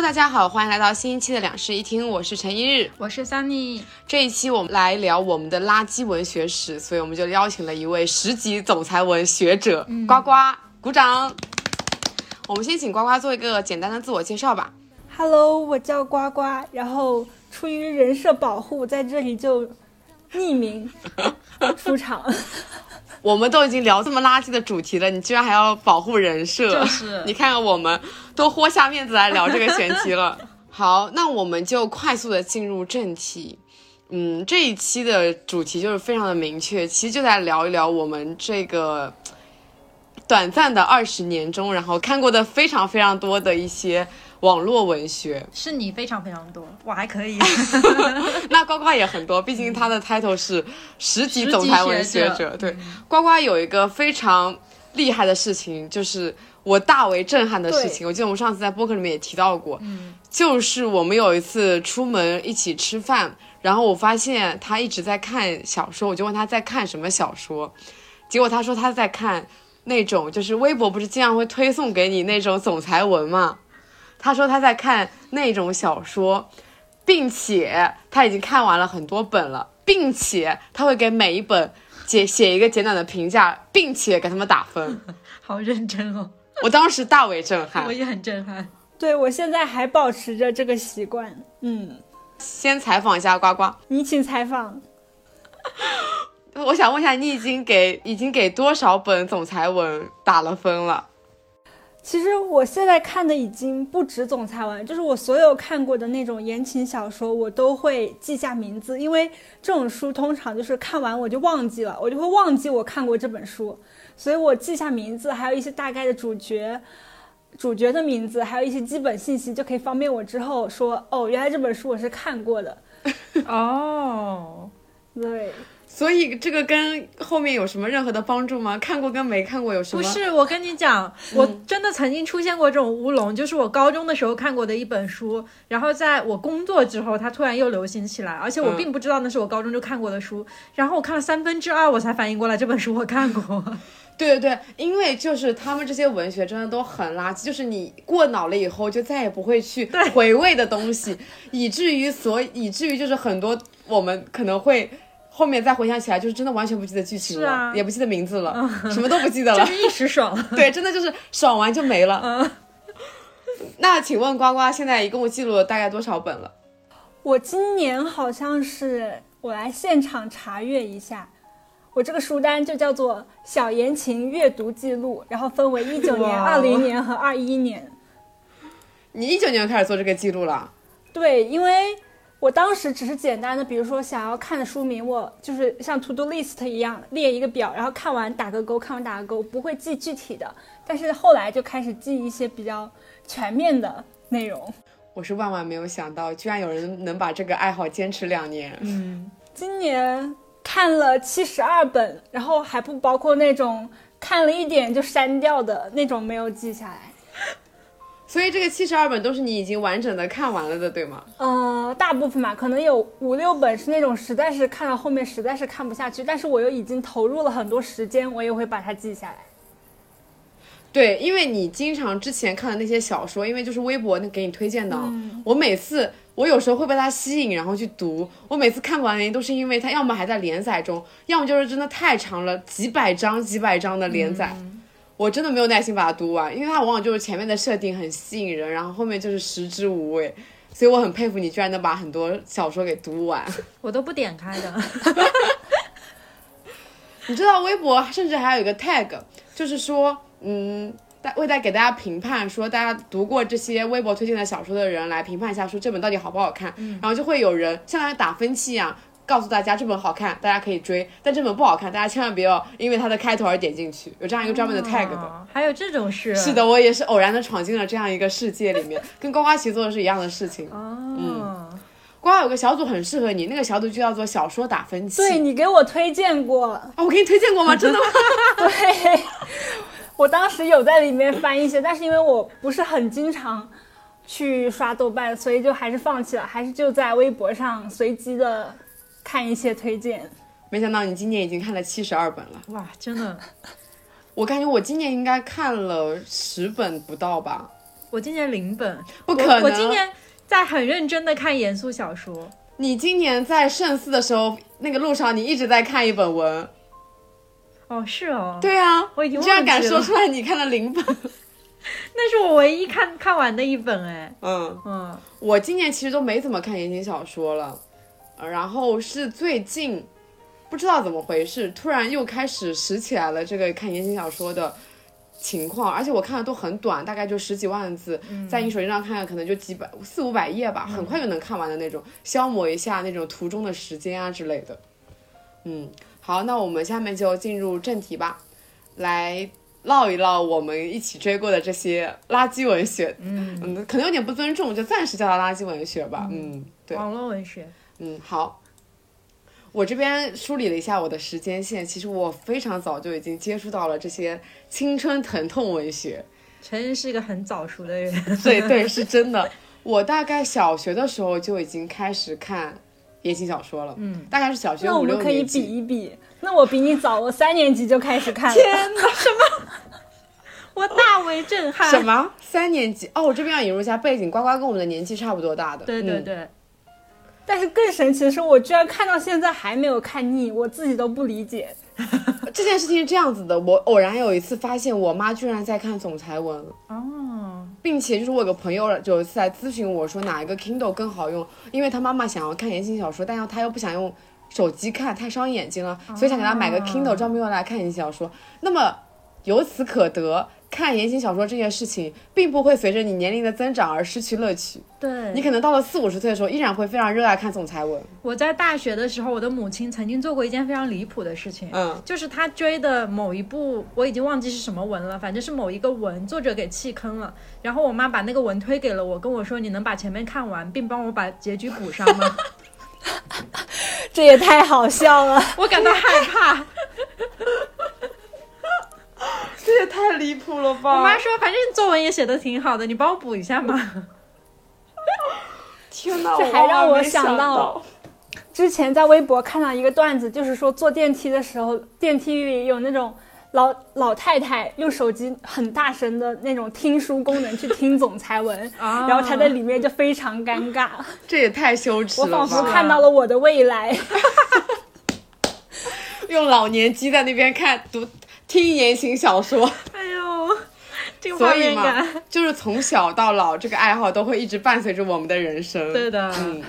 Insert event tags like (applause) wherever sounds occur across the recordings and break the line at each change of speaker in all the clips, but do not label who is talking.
大家好，欢迎来到新一期的两室一厅，我是陈一日。
我是 Sunny，
这一期我们来聊我们的垃圾文学史，所以我们就邀请了一位十级总裁文学者、呱呱，鼓掌。我们先请呱呱做一个简单的自我介绍吧。
Hello，我叫呱呱，然后出于人设保护，在这里就匿名出场。 (laughs)
我们都已经聊这么垃圾的主题了，你居然还要保护人设？
就是
啊你看看我们都豁下面子来聊这个选题了。 (laughs) 好，那我们就快速的进入正题。嗯，这一期的主题就是非常的明确，其实就在聊一聊我们这个短暂的二十年中，然后看过的非常非常多的一些网络文学。
是你非常非常多，我还
(laughs)
可以，
那呱呱也很多，毕竟他的 title 是十级总裁文学
十级学
者。
者
对，呱呱有一个非常厉害的事情，就是我大为震撼的事情。我记得我们上次在播客里面也提到过，就是我们有一次出门一起吃饭，然后我发现他一直在看小说，我就问他在看什么小说，结果他说他在看那种，就是微博不是经常会推送给你那种总裁文嘛。他说他在看那种小说，并且他已经看完了很多本了，并且他会给每一本写写一个简短的评价，并且给他们打分。
好认真哦，
我当时大为震撼
我，也很
(laughs)
震撼。
对我现在还保持着这个习惯。嗯，
先采访一下呱呱，
你请采访。
我想问一下，你已经给已经给多少本总裁文打了分了？
其实我现在看的已经不止总裁文，就是我所有看过的那种言情小说，我都会记下名字，因为这种书通常就是看完我就忘记了，我就会忘记我看过这本书，所以我记下名字，还有一些大概的主角、主角的名字，还有一些基本信息，就可以方便我之后说，哦，原来这本书我是看过的。
哦，
对，
所以这个跟后面有什么任何的帮助吗？看过跟没看过有什么？嗯
不是，我跟你讲，我真的曾经出现过这种乌龙，就是我高中的时候看过的一本书，然后在我工作之后，它突然又流行起来，而且我
嗯
并不知道那是我高中就看过的书，然后我看了三分之二，我才反应过来这本书我看过。
(laughs) 对对对，因为就是他们这些文学真的都很垃圾，就是你过脑了以后就再也不会去回味的东西，以至于所以至于就是很多我们可能会后面再回想起来，就是真的完全不记得剧情
是
了，
啊嗯
也不记得名字了，什么都不记得
(laughs) 就
了。
是一时爽，
(laughs) 对，真的就是爽完就没了。
嗯
那请问呱呱现在一共记录了大概多少本了？
我今年好像是我来现场查阅一下，我这个书单就叫做《小言情阅读记录》，然后
(laughs)
分为一九年、
哇
二
哦
零年和二一年。
你一九年就开始做这个记录了，
对，因为我当时只是简单的，比如说想要看的书名，我就是像 to do list 一样列一个表，然后看完打个勾，看完打个勾，不会记具体的。但是后来就开始记一些比较全面的内容。
我是万万没有想到，居然有人能把这个爱好坚持两年。
嗯，
今年看了七十二本，然后还不包括那种看了一点就删掉的那种没有记下来。
所以这个七十二本都是你已经完整的看完了的，对吗？
呃，大部分吧，可能有五六本是那种实在是看到后面实在是看不下去，但是我又已经投入了很多时间，我也会把它记下来。
对，因为你经常之前看的那些小说，因为就是微博那给你推荐的啊，我每次我有时候会被它吸引，然后去读。我每次看不完的原因都是因为它要么还在连载中，要么就是真的太长了，几百章几百章的连载，我真的没有耐心把它读完，因为它往往就是前面的设定很吸引人，然后后面就是食之无味。所以我很佩服你，居然能把很多小说给读完。
我都不点开的。
你知道微博甚至还有一个 tag，就是说，嗯，大为在给大家评判，说大家读过这些微博推荐的小说的人来评判一下，说这本到底好不好看。
嗯
然后就会有人相当于打分器一样，告诉大家这本好看，大家可以追；但这本不好看，大家千万不要因为它的开头而点进去。有这样一个专门的 tag 的。
(laughs) 哦还有这种事？
是的，我也是偶然的闯进了这样一个世界里面，跟呱呱其实做的是一样的事情。
哦，
呱呱有个小组很适合你，那个小组就叫做小说打分器。
对你给我推荐过，
啊，我给你推荐过
(laughs)
吗？真的吗？
对， (laughs) 我当时有在里面翻一些，但是因为我不是很经常去刷豆瓣，所以就还是放弃了，还是就在微博上随机的看一些推荐。
没想到你今年已经看了七十二本了。
哇，真的
我感觉我今年应该看了十本不到吧，
我今年零本，
不可能
我。我今年在很认真的看严肃小说。
你今年在圣寺的时候，那个路上你一直在看一本文。
哦，是哦。
对啊，
我已经
这样敢说出来，你看了零本。
(laughs) 那是我唯一看看完的一本哎。
嗯，
嗯，
我今年其实都没怎么看言情小说了，呃然后是最近不知道怎么回事，突然又开始拾起来了这个看言情小说的情况，而且我看的都很短，大概就十几万字，在你手机上看可能就几百四五百页吧，很快就能看完的那种，消磨一下那种途中的时间啊之类的。嗯，好，那我们下面就进入正题吧，来唠一唠我们一起追过的这些垃圾文学。嗯可能有点不尊重，就暂时叫它垃圾文学吧。嗯，对，
网络文学。
嗯，好。我这边梳理了一下我的时间线，其实我非常早就已经接触到了这些青春疼痛文学。
陈恩是一个很早熟的
(laughs)
人。
对对，是真的。我大概小学的时候就已经开始看言情小说了，嗯，大概是小学
那我
五
们
六
可以
年
比
级。
一比。那我比你早，我三年级就开始看了。
天哪，什么？我大为震撼。
什？么？三年级？哦，我这边要引入一下背景，呱呱跟我们的年纪差不多大的。
对对
嗯
对。
但是更神奇的是，我居然看到现在还没有看腻，我自己都不理解。
这件事情是这样子的，我偶然有一次发现，我妈居然在看总裁文，
哦，
并且就是我有个朋友有一次来咨询我说哪一个 Kindle 更好用，因为他妈妈想要看言情小说，但要他又不想用手机看，太伤眼睛了，所以想给他买个 Kindle 专门用来看言情小说。那么由此可得，看言情小说这件事情并不会随着你年龄的增长而失去乐趣，
对，
你可能到了四五十岁的时候，依然会非常热爱看总裁文。
我在大学的时候，我的母亲曾经做过一件非常离谱的事情，
嗯，
就是她追的某一部，我已经忘记是什么文了，反正是某一个文，作者给弃坑了。然后我妈把那个文推给了我，跟我说：“你能把前面看完，并帮我把结局补上吗 (laughs)
这也太好笑了。？”
我感到害怕。
这也太离谱了吧
我妈说：“反正作文也写的挺好的，你帮我补一下嘛。
天哪，
这
我
还
万万
让我
没
想
想
到 (laughs) 之前在微博看到一个段子，就是说坐电梯的时候，电梯里有那种老老太太用手机很大声的那种听书功能去听总裁文，
(laughs) 啊
然后她在里面就非常尴尬，
这也太羞耻
我
了吧！
仿佛看到了我的未来。
用老年机在那边看读听言情小说，”
哎呦，这个画
所以
面
嘛
感，，
(laughs) 就是从小到老这个爱好都会一直伴随着我们的人生。
对的
嗯。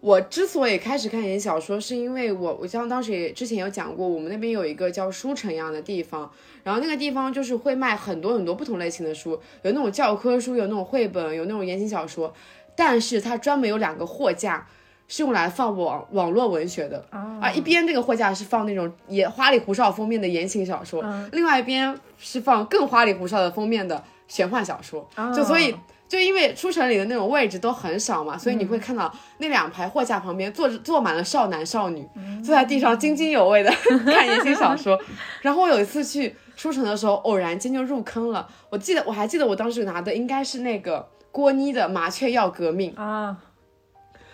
我之所以开始看言情小说，是因为我我像当时也之前有讲过，我们那边有一个叫书城一样的地方，然后那个地方就是会卖很多很多不同类型的书，有那种教科书，有那种绘本，有那种言情小说，但是它专门有两个货架，是用来放网网络文学的啊，一边这个货架是放那种也花里胡哨封面的言情小说，另外一边是放更花里胡哨的封面的玄幻小说，就所以。就因为书城里的那种位置都很少嘛，所以你会看到那两排货架旁边坐着坐满了少男少女，坐在地上津津有味的看言情小说。然后我有一次去书城的时候，偶然间就入坑了。我记得我还记得我当时拿的应该是那个郭妮的《麻雀要革命》，
啊，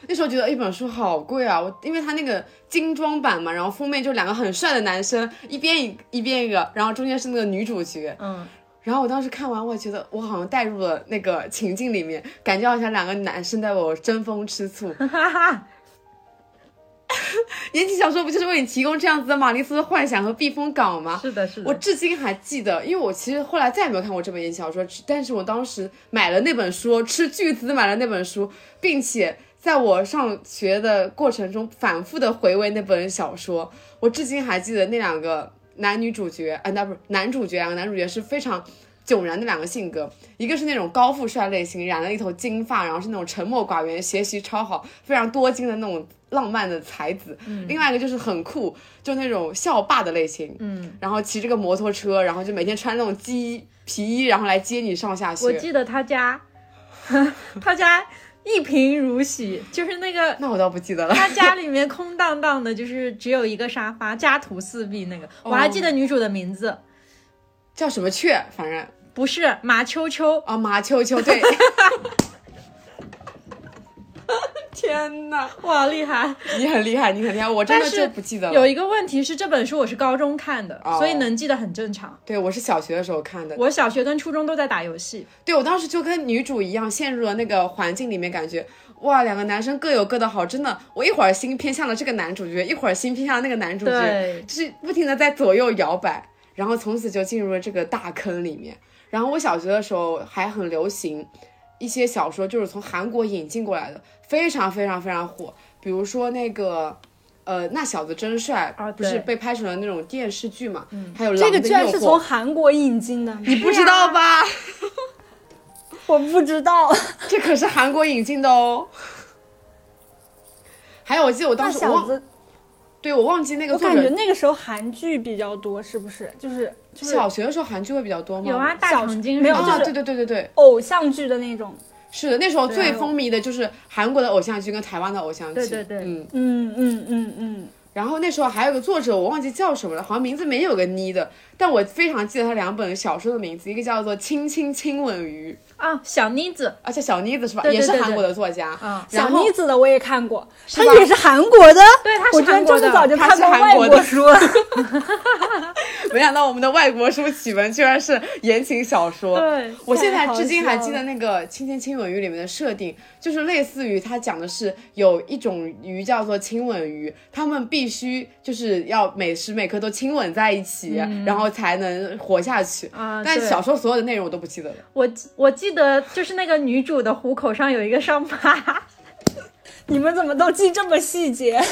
那时候觉得一本书好贵啊，我因为它那个精装版嘛，然后封面就两个很帅的男生，一边一一边一个，然后中间是那个女主角。
嗯，
然后我当时看完，我觉得我好像带入了那个情境里面，感觉好像两个男生在为我争风吃醋。
哈哈，
言情小说不就是为你提供这样子的玛丽苏的幻想和避风港吗？
(laughs) 是的，是的，
我至今还记得，因为我其实后来再也没有看过这本言情小说，只但是我当时买了那本书，斥巨资买了那本书，并且在我上学的过程中反复的回味那本小说，我至今还记得那两个男女主角，啊，那不是男主角，两个男主角是非常。迥然的两个性格，一个是那种高富帅类型，染了一头金发，然后是那种沉默寡言、学习超好、非常多金的那种浪漫的才子；
嗯
另外一个就是很酷，就那种校霸的类型，
嗯
然后骑这个摩托车，然后就每天穿那种鸡皮衣，然后来接你上下
我
学。
记得他家， (laughs) 他家一贫如洗，就是那个
那我倒不记得了。
他家里面空荡荡的，就是只有一个沙发，家徒四壁那个。我还
哦
记得女主的名字，
叫什么雀，反正
不是马秋秋， (laughs)
啊，马秋秋，对，
天
天哪，
哇，厉害！
你很厉害，你很厉害，我真
但
的就是不记得
有
了。
一个问题是，这本书我是高中看的，
哦
所以能记得很正常。
对，我是小学的时候看的。
我小学跟初中都在打游戏，
对我当时就跟女主一样，陷入了那个环境里面，感觉哇，两个男生各有各的好，真的，我一会儿心偏向了这个男主角，一会儿心偏向了那个男主角
对，
就是不停的在左右摇摆，然后从此就进入了这个大坑里面。然后我小学的时候还很流行一些小说，就是从韩国引进过来的，非常非常非常火，比如说那个。呃，那小子真帅，
啊
不是
对
被拍成了那种电视剧嘛？还有《
这
狼
个
的
居
诱惑
然是》，从韩国引进的，
你不知道吧？
我不知道。 (laughs)
这可是韩国引进的哦。还有，我记得我
那
当时我
小
忘，
子，
对我忘记那个
我
作
感觉
者。
那个时候韩剧比较多，是不是？就是就是
小学的时候韩剧会比较多吗？
有啊，大
小
长今
没有
是
就
啊，
吧
是
对对对对对，
偶像剧的那种。
是的，那时候
对啊
最风靡的就是韩国的偶像剧跟台湾的偶像剧。
对对对
嗯。
嗯嗯嗯嗯，
然后那时候还有个作者，我忘记叫什么了，好像名字没有个妮的，但我非常记得他两本小说的名字，一个叫做《亲亲亲吻鱼
啊，小妮子》，，
而且小妮子是吧？
对对对
也是韩国的作家。
啊
然
小
后
妮子的我也看过，
是
它
吧
也是韩国的。
对，她
我
是
居然
韩
这
国
么早
的，
就
它
看
是
过
韩
外
国
国
的啊
书 (laughs) 了。
没想到我们的外国书启蒙居然是言情小说。
对
我现在
太好
至今还
笑
记得
了
那个《亲亲亲吻鱼》里面的设定，就是类似于它讲的是有一种鱼叫做亲吻鱼，它们必须就是要每时每刻都亲吻在一起，然后才能活下去。
嗯啊，
但
对
小时候所有的内容我都不记得了。
我记我记得就是那个女主的虎口上有一个伤疤，
你们怎么都记这么细节？
(laughs)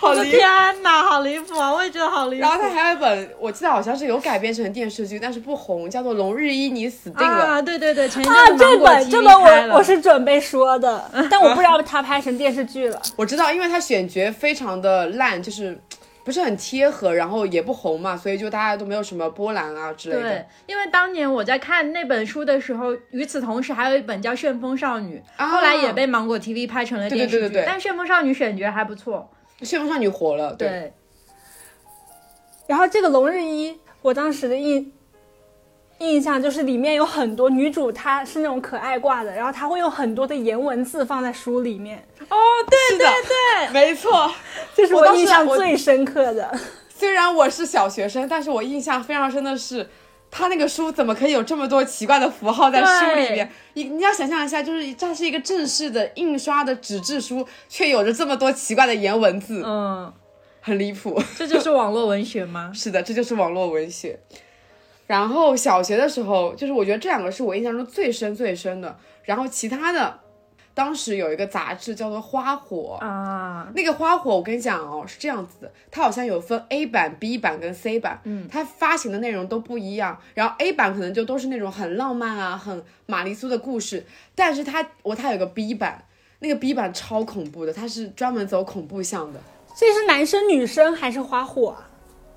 好
我的 (laughs) 天哪，好离谱啊！我也觉得好离谱。
然后它还有一本，我记得好像是有改编成电视剧，但是不红，叫做《龙日一你死定了》
啊，对对对，前一阵
啊，
子
这
芒果
本
TV
这本
开了
我我是准备说的，但我不知道它拍成电视剧了。
我知道，因为他选角非常的烂，就是不是很贴合，然后也不红嘛，所以就大家都没有什么波澜啊之类
对
的。，
因为当年我在看那本书的时候，与此同时还有一本叫《旋风少女》，
啊
后来也被芒果 TV 拍成了
对对
电视剧。
对对对
但《旋风少女》选角还不错。
旋风少女火了，对，
对，
然后这个龙日一，我当时的印印象就是里面有很多女主，她是那种可爱挂的，然后她会有很多的颜文字放在书里面，
哦，对对对，
没错。
这是
我当时
印象
我
最深刻的。
虽然我是小学生，但是我印象非常深的是。他那个书怎么可以有这么多奇怪的符号在书里面？你你要想象一下，就是它是一个正式的印刷的纸质书，却有着这么多奇怪的颜文字，
嗯，
很离谱。？
这就是网络文学吗 (laughs)
是的，这就是网络文学。然后小学的时候，就是我觉得这两个是我印象中最深最深的。然后其他的，当时有一个杂志叫做《花火》，
啊，
那个花火我跟你讲哦，是这样子的，它好像有分 A 版、B 版跟 C 版，嗯，它发行的内容都不一样。然后 A 版可能就都是那种很浪漫啊、很玛丽苏的故事，但是它我它有个 B 版，那个 B 版超恐怖的，它是专门走恐怖向的。
这是男生女生还是花火啊？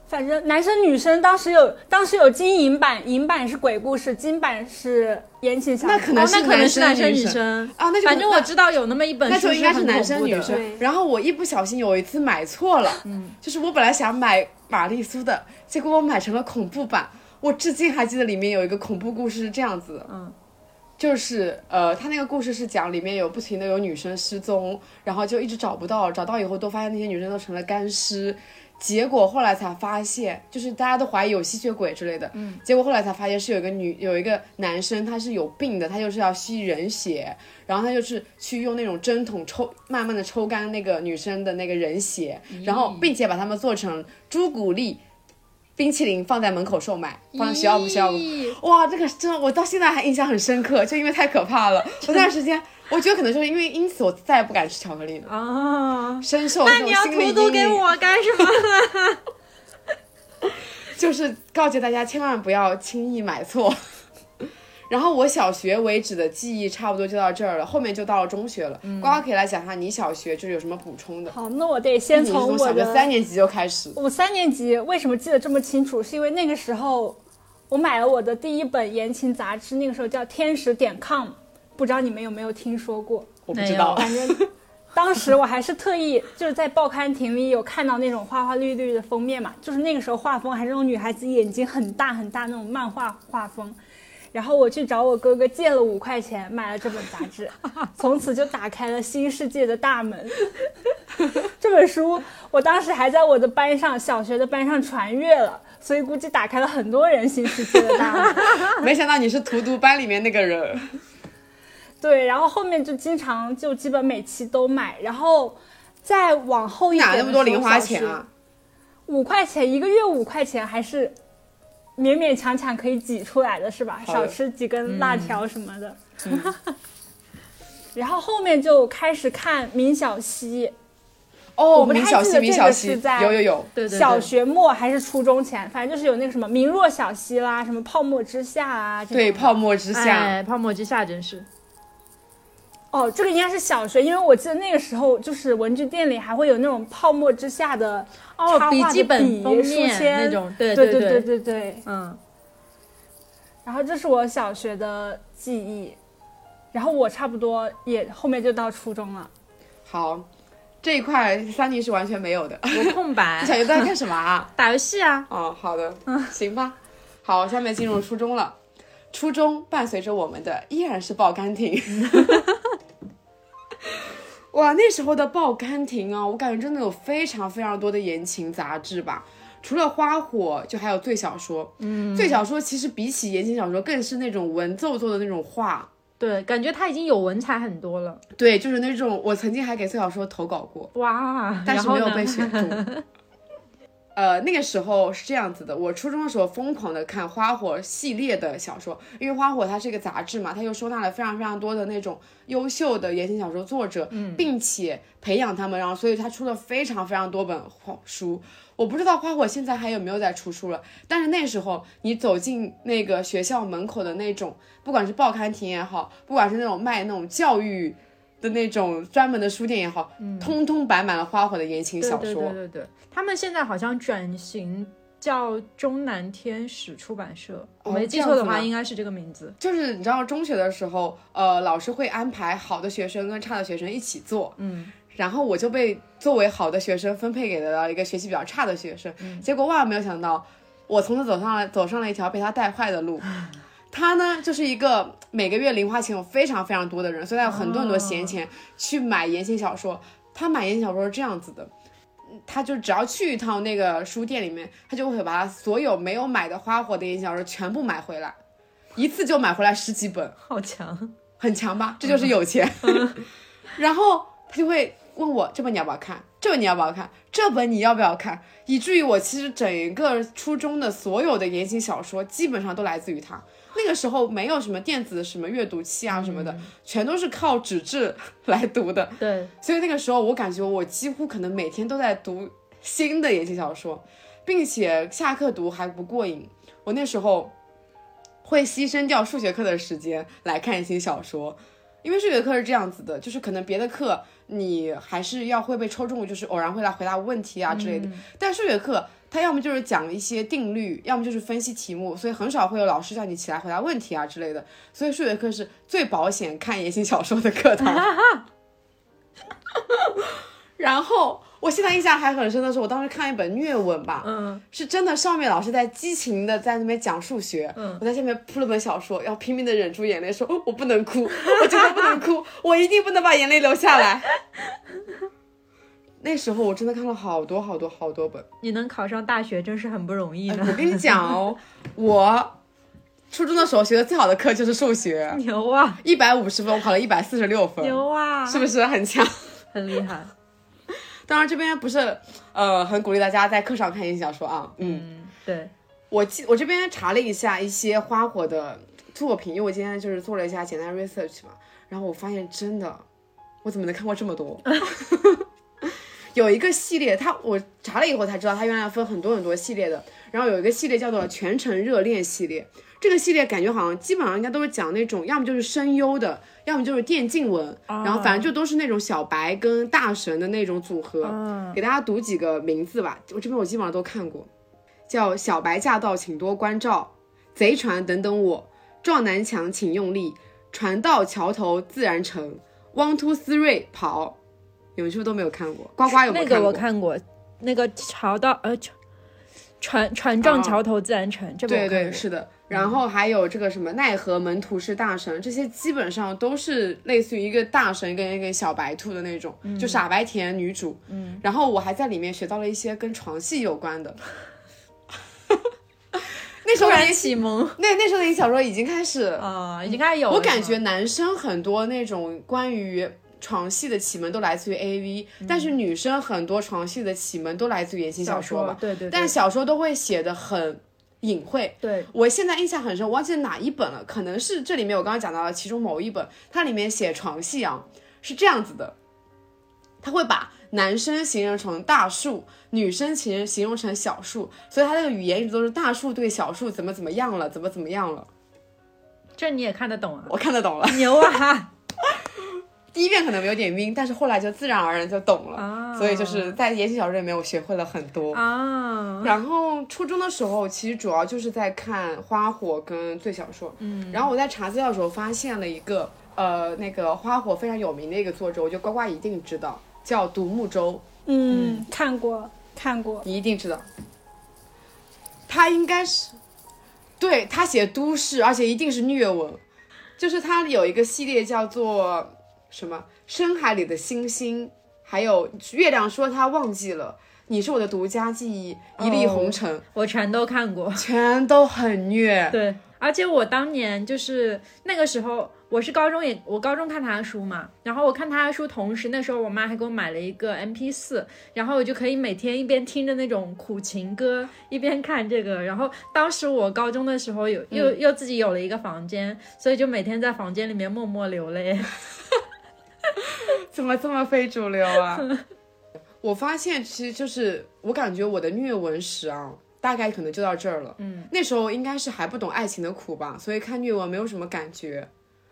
反正男生女生当时有，当时有金银版，银版是鬼故事，金版是言情小说。
那可能
哦，那可能是
男
男
生
女
生
生
啊那就
反正我
那
知道有那么一本
那
书
就应该
很
是男
恐
生
怖
女
的
生
对。
然后我一不小心有一次买错了，嗯，就是我本来想买玛丽苏的，结果我买成了恐怖版。我至今还记得里面有一个恐怖故事是这样子的，
嗯，
就是呃，他那个故事是讲里面有不停的有女生失踪，然后就一直找不到，找到以后都发现那些女生都成了干尸。结果后来才发现，就是大家都怀疑有吸血鬼之类的。嗯，结果后来才发现是有一个女，有一个男生他是有病的，他就是要吸人血，然后他就是去用那种针筒抽，慢慢的抽干那个女生的那个人血，然后并且把它们做成朱古力冰淇淋放在门口售卖，放在学校我们学校门口
咦
哇，这个真的，我到现在还印象很深刻，就因为太可怕
(laughs)
了。我那段时间，我觉得可能就是因为因此，我再也不敢吃巧克力了，
哦
啊，
深受
那
这种
你要
心理
荼毒
阴
给
影。
我干什么
(laughs)
呢？
就是告诫大家，千万不要轻易买错。 (laughs) 然后我小学为止的记忆差不多就到这儿了，后面就到了中学了。
嗯
呱呱可以来讲一下你小学就是有什么补充的？
好，那我得先
你是
从
从
我
小学
的
三年级就开始，
我三年级为什么记得这么清楚？是因为那个时候我买了我的第一本言情杂志，那个时候叫《天使点 com》，不知道你们有没有听说过？
我不
没
知道
有。
反正当时我还是特意就是在报刊亭里有看到那种花花绿绿的封面嘛，就是那个时候画风还是那种女孩子眼睛很大很大那种漫画画风。然后我去找我哥哥借了五块钱买了这本杂志，从此就打开了新世界的大门。这本书我当时还在我的班上，小学的班上传阅了，所以估计打开了很多人新世界的大门。
没想到你是荼毒班里面那个人。
对，然后后面就经常就基本每期都买，然后再往后一点，
哪那么多零花钱啊？
五块钱一个月，五块钱还是勉勉强强可以挤出来的是吧？
好的嗯
少吃几根辣条什么的。然后后面就开始看明晓溪，
哦，
我不太
明晓
记
溪，
得
明
这
晓
个
溪
是在，
有有有，
对对对，
小学末还是初中前，反正就是有那个什么“明若晓溪”啦，什么“泡沫之夏”啊，这种
对，泡沫之夏，
哎，泡沫之夏真是
哦，这个应该是小学，因为我记得那个时候就是文具店里还会有那种泡沫之夏的
哦
插，
笔
画的
记本
笔
封
书
面
签
那种，对
对
对
对对对。
嗯，
然后这是我小学的记忆，然后我差不多也后面就到初中了。
好，这一块三妮是完全没有的。
我空
小 (laughs)
白，
学都在干什么啊？
打游戏啊，
哦，好的，行吧。好，下面进入初中了。初中伴随着我们的依然是报刊亭。哇，那时候的报刊亭啊，我感觉真的有非常非常多的言情杂志吧。除了花火，就还有最小说。嗯，最小说其实比起言情小说，更是那种文绉绉的那种画。
对，感觉他已经有文采很多了，
对，就是那种我曾经还给最小说投稿过。
哇，
但
然
是
后
没有
呢
被选
(laughs)
中。呃，那个时候是这样子的，我初中的时候疯狂的看《花火》系列的小说，因为《花火》它是一个杂志嘛，它又收纳了非常非常多的那种优秀的言情小说作者，
嗯
并且培养他们，然后所以它出了非常非常多本花书。我不知道《花火》现在还有没有在出书了，但是那时候你走进那个学校门口的那种，不管是报刊亭也好，不管是那种卖那种教育的那种专门的书店也好，通通摆满了花火的言情
嗯对
小
对
说
对。对对，他们现在好像转型叫中南天使出版社，我
哦
没记
这样
错的
子
话
吗
应该是这个名字。
就是你知道，中学的时候，呃，老师会安排好的学生跟差的学生一起做，
嗯，
然后我就被作为好的学生分配给了一个学习比较差的学生，结果万万没有想到，我从此走上了走上了一条被他带坏的路。他呢，就是一个每个月零花钱有非常非常多的人，所以他有很多很多闲钱去买言情小说。他买言情小说是这样子的，嗯他就只要去一趟那个书店里面，他就会把他所有没有买的花火的言情小说全部买回来，一次就买回来十几本。
好强，
很强吧？这就是有钱。然后他就会问我这本你要不要看，这本你要不要看，这本你要不要看，以至于我其实整个初中的所有的言情小说基本上都来自于他。那个时候没有什么电子什么阅读器啊什么的，全都是靠纸质来读的。
对，
所以那个时候我感觉我几乎可能每天都在读新的言情小说，并且下课读还不过瘾。我那时候会牺牲掉数学课的时间来看言情小说，因为数学课是这样子的，就是可能别的课你还是要会被抽中，就是偶然会来回答问题啊之类的，但数学课。它要么就是讲一些定律，要么就是分析题目，所以很少会有老师叫你起来回答问题啊之类的。所以数学课是最保险看言情小说的课堂。然后我现在印象还很深的是，我当时看一本虐文吧，
嗯，
是真的，上面老师在激情的在那边讲数学，我在下面铺了本小说，要拼命的忍住眼泪说，哦我不能哭，我真的不能哭，我一定不能把眼泪流下来。 (laughs) 那时候我真的看了好多好多好多本，
你能考上大学真是很不容易
哎
呢，
我 (laughs) 跟你讲哦，我初中的时候学的最好的课就是数学，
牛啊，
一百五十分，我考了一百四十六分，
牛啊，
是不是很强？
很厉害？
当然，这边不是呃很鼓励大家在课上看言情小说啊。嗯，
嗯，对，
我记我这边查了一下一些花火的作品，因为我今天就是做了一下简单 research 嘛，然后我发现真的，我怎么能看过这么多？ (laughs) 有一个系列，它我查了以后才知道，它原来分很多很多系列的。然后有一个系列叫做“全程热恋”系列，这个系列感觉好像基本上应该都是讲那种，要么就是声优的，要么就是电竞文，然后反正就都是那种小白跟大神的那种组合。给大家读几个名字吧，我这边我基本上都看过，叫“小白驾到，请多关照”，“贼船等等我”，“撞南墙请用力”，“船到桥头自然成”，“汪突思瑞跑”，你们是不是都没有看过？呱呱有没
那
有看
个
过？
我看过，那个桥到呃桥船船撞桥头自然沉，这
哦
本
对
我看
对
过
是的。嗯然后还有这个什么奈何门徒是大神，这些基本上都是类似于一个大神跟一个小白兔的那种，就傻白甜女主。嗯，然后我还在里面学到了一些跟床戏有关的。那时
突
候
然
你
启蒙
那那时候的小说已经开始，
啊，已经开始有
哦
了。
我感
是
觉
吗
男生很多那种关于床戏的启蒙都来自于 A V，、但是女生很多床戏的启蒙都来自于言情
小
说吧。
对对，对
但小说都会写的很隐晦。
对
我现在印象很深，我忘记了哪一本了，可能是这里面我刚刚讲到的其中某一本，它里面写床戏啊是这样子的，它会把男生形容成大树，女生形形容成小树，所以它这个语言一直都是大树对小树怎么怎么样了，怎么怎么样了，
这你也看得懂啊，
我看得懂了。 (laughs)
牛啊！
第一遍可能有点晕，但是后来就自然而然就懂了，
啊
所以就是在言情小说里面我学会了很多。
啊，
然后初中的时候，其实主要就是在看《花火》跟《最小说》。嗯，然后我在查资料的时候发现了一个，呃，那个《花火》非常有名的一个作者，我觉得呱呱一定知道，叫独木舟，
嗯，看过看过，
你一定知道。他应该是，对他写都市，而且一定是虐文，就是他有一个系列叫做什么《深海里的星星》，还有月亮说他忘记了。你是我的独家记忆，一粒
哦
红尘，
我全都看 (laughs) 过。
全都很虐。
对，而且我当年就是那个时候，我是高中也，我高中看他的书嘛，然后我看他的书，同时那时候我妈还给我买了一个 M P 四，然后我就可以每天一边听着那种苦情歌，一边看这个。然后当时我高中的时候有又、又自己有了一个房间，所以就每天在房间里面默默流泪。
怎么这么非主流啊？我发现其实就是我感觉我的虐文史啊，大概可能就到这儿了。嗯，那时候应该是还不懂爱情的苦吧，所以看虐文没有什么感觉。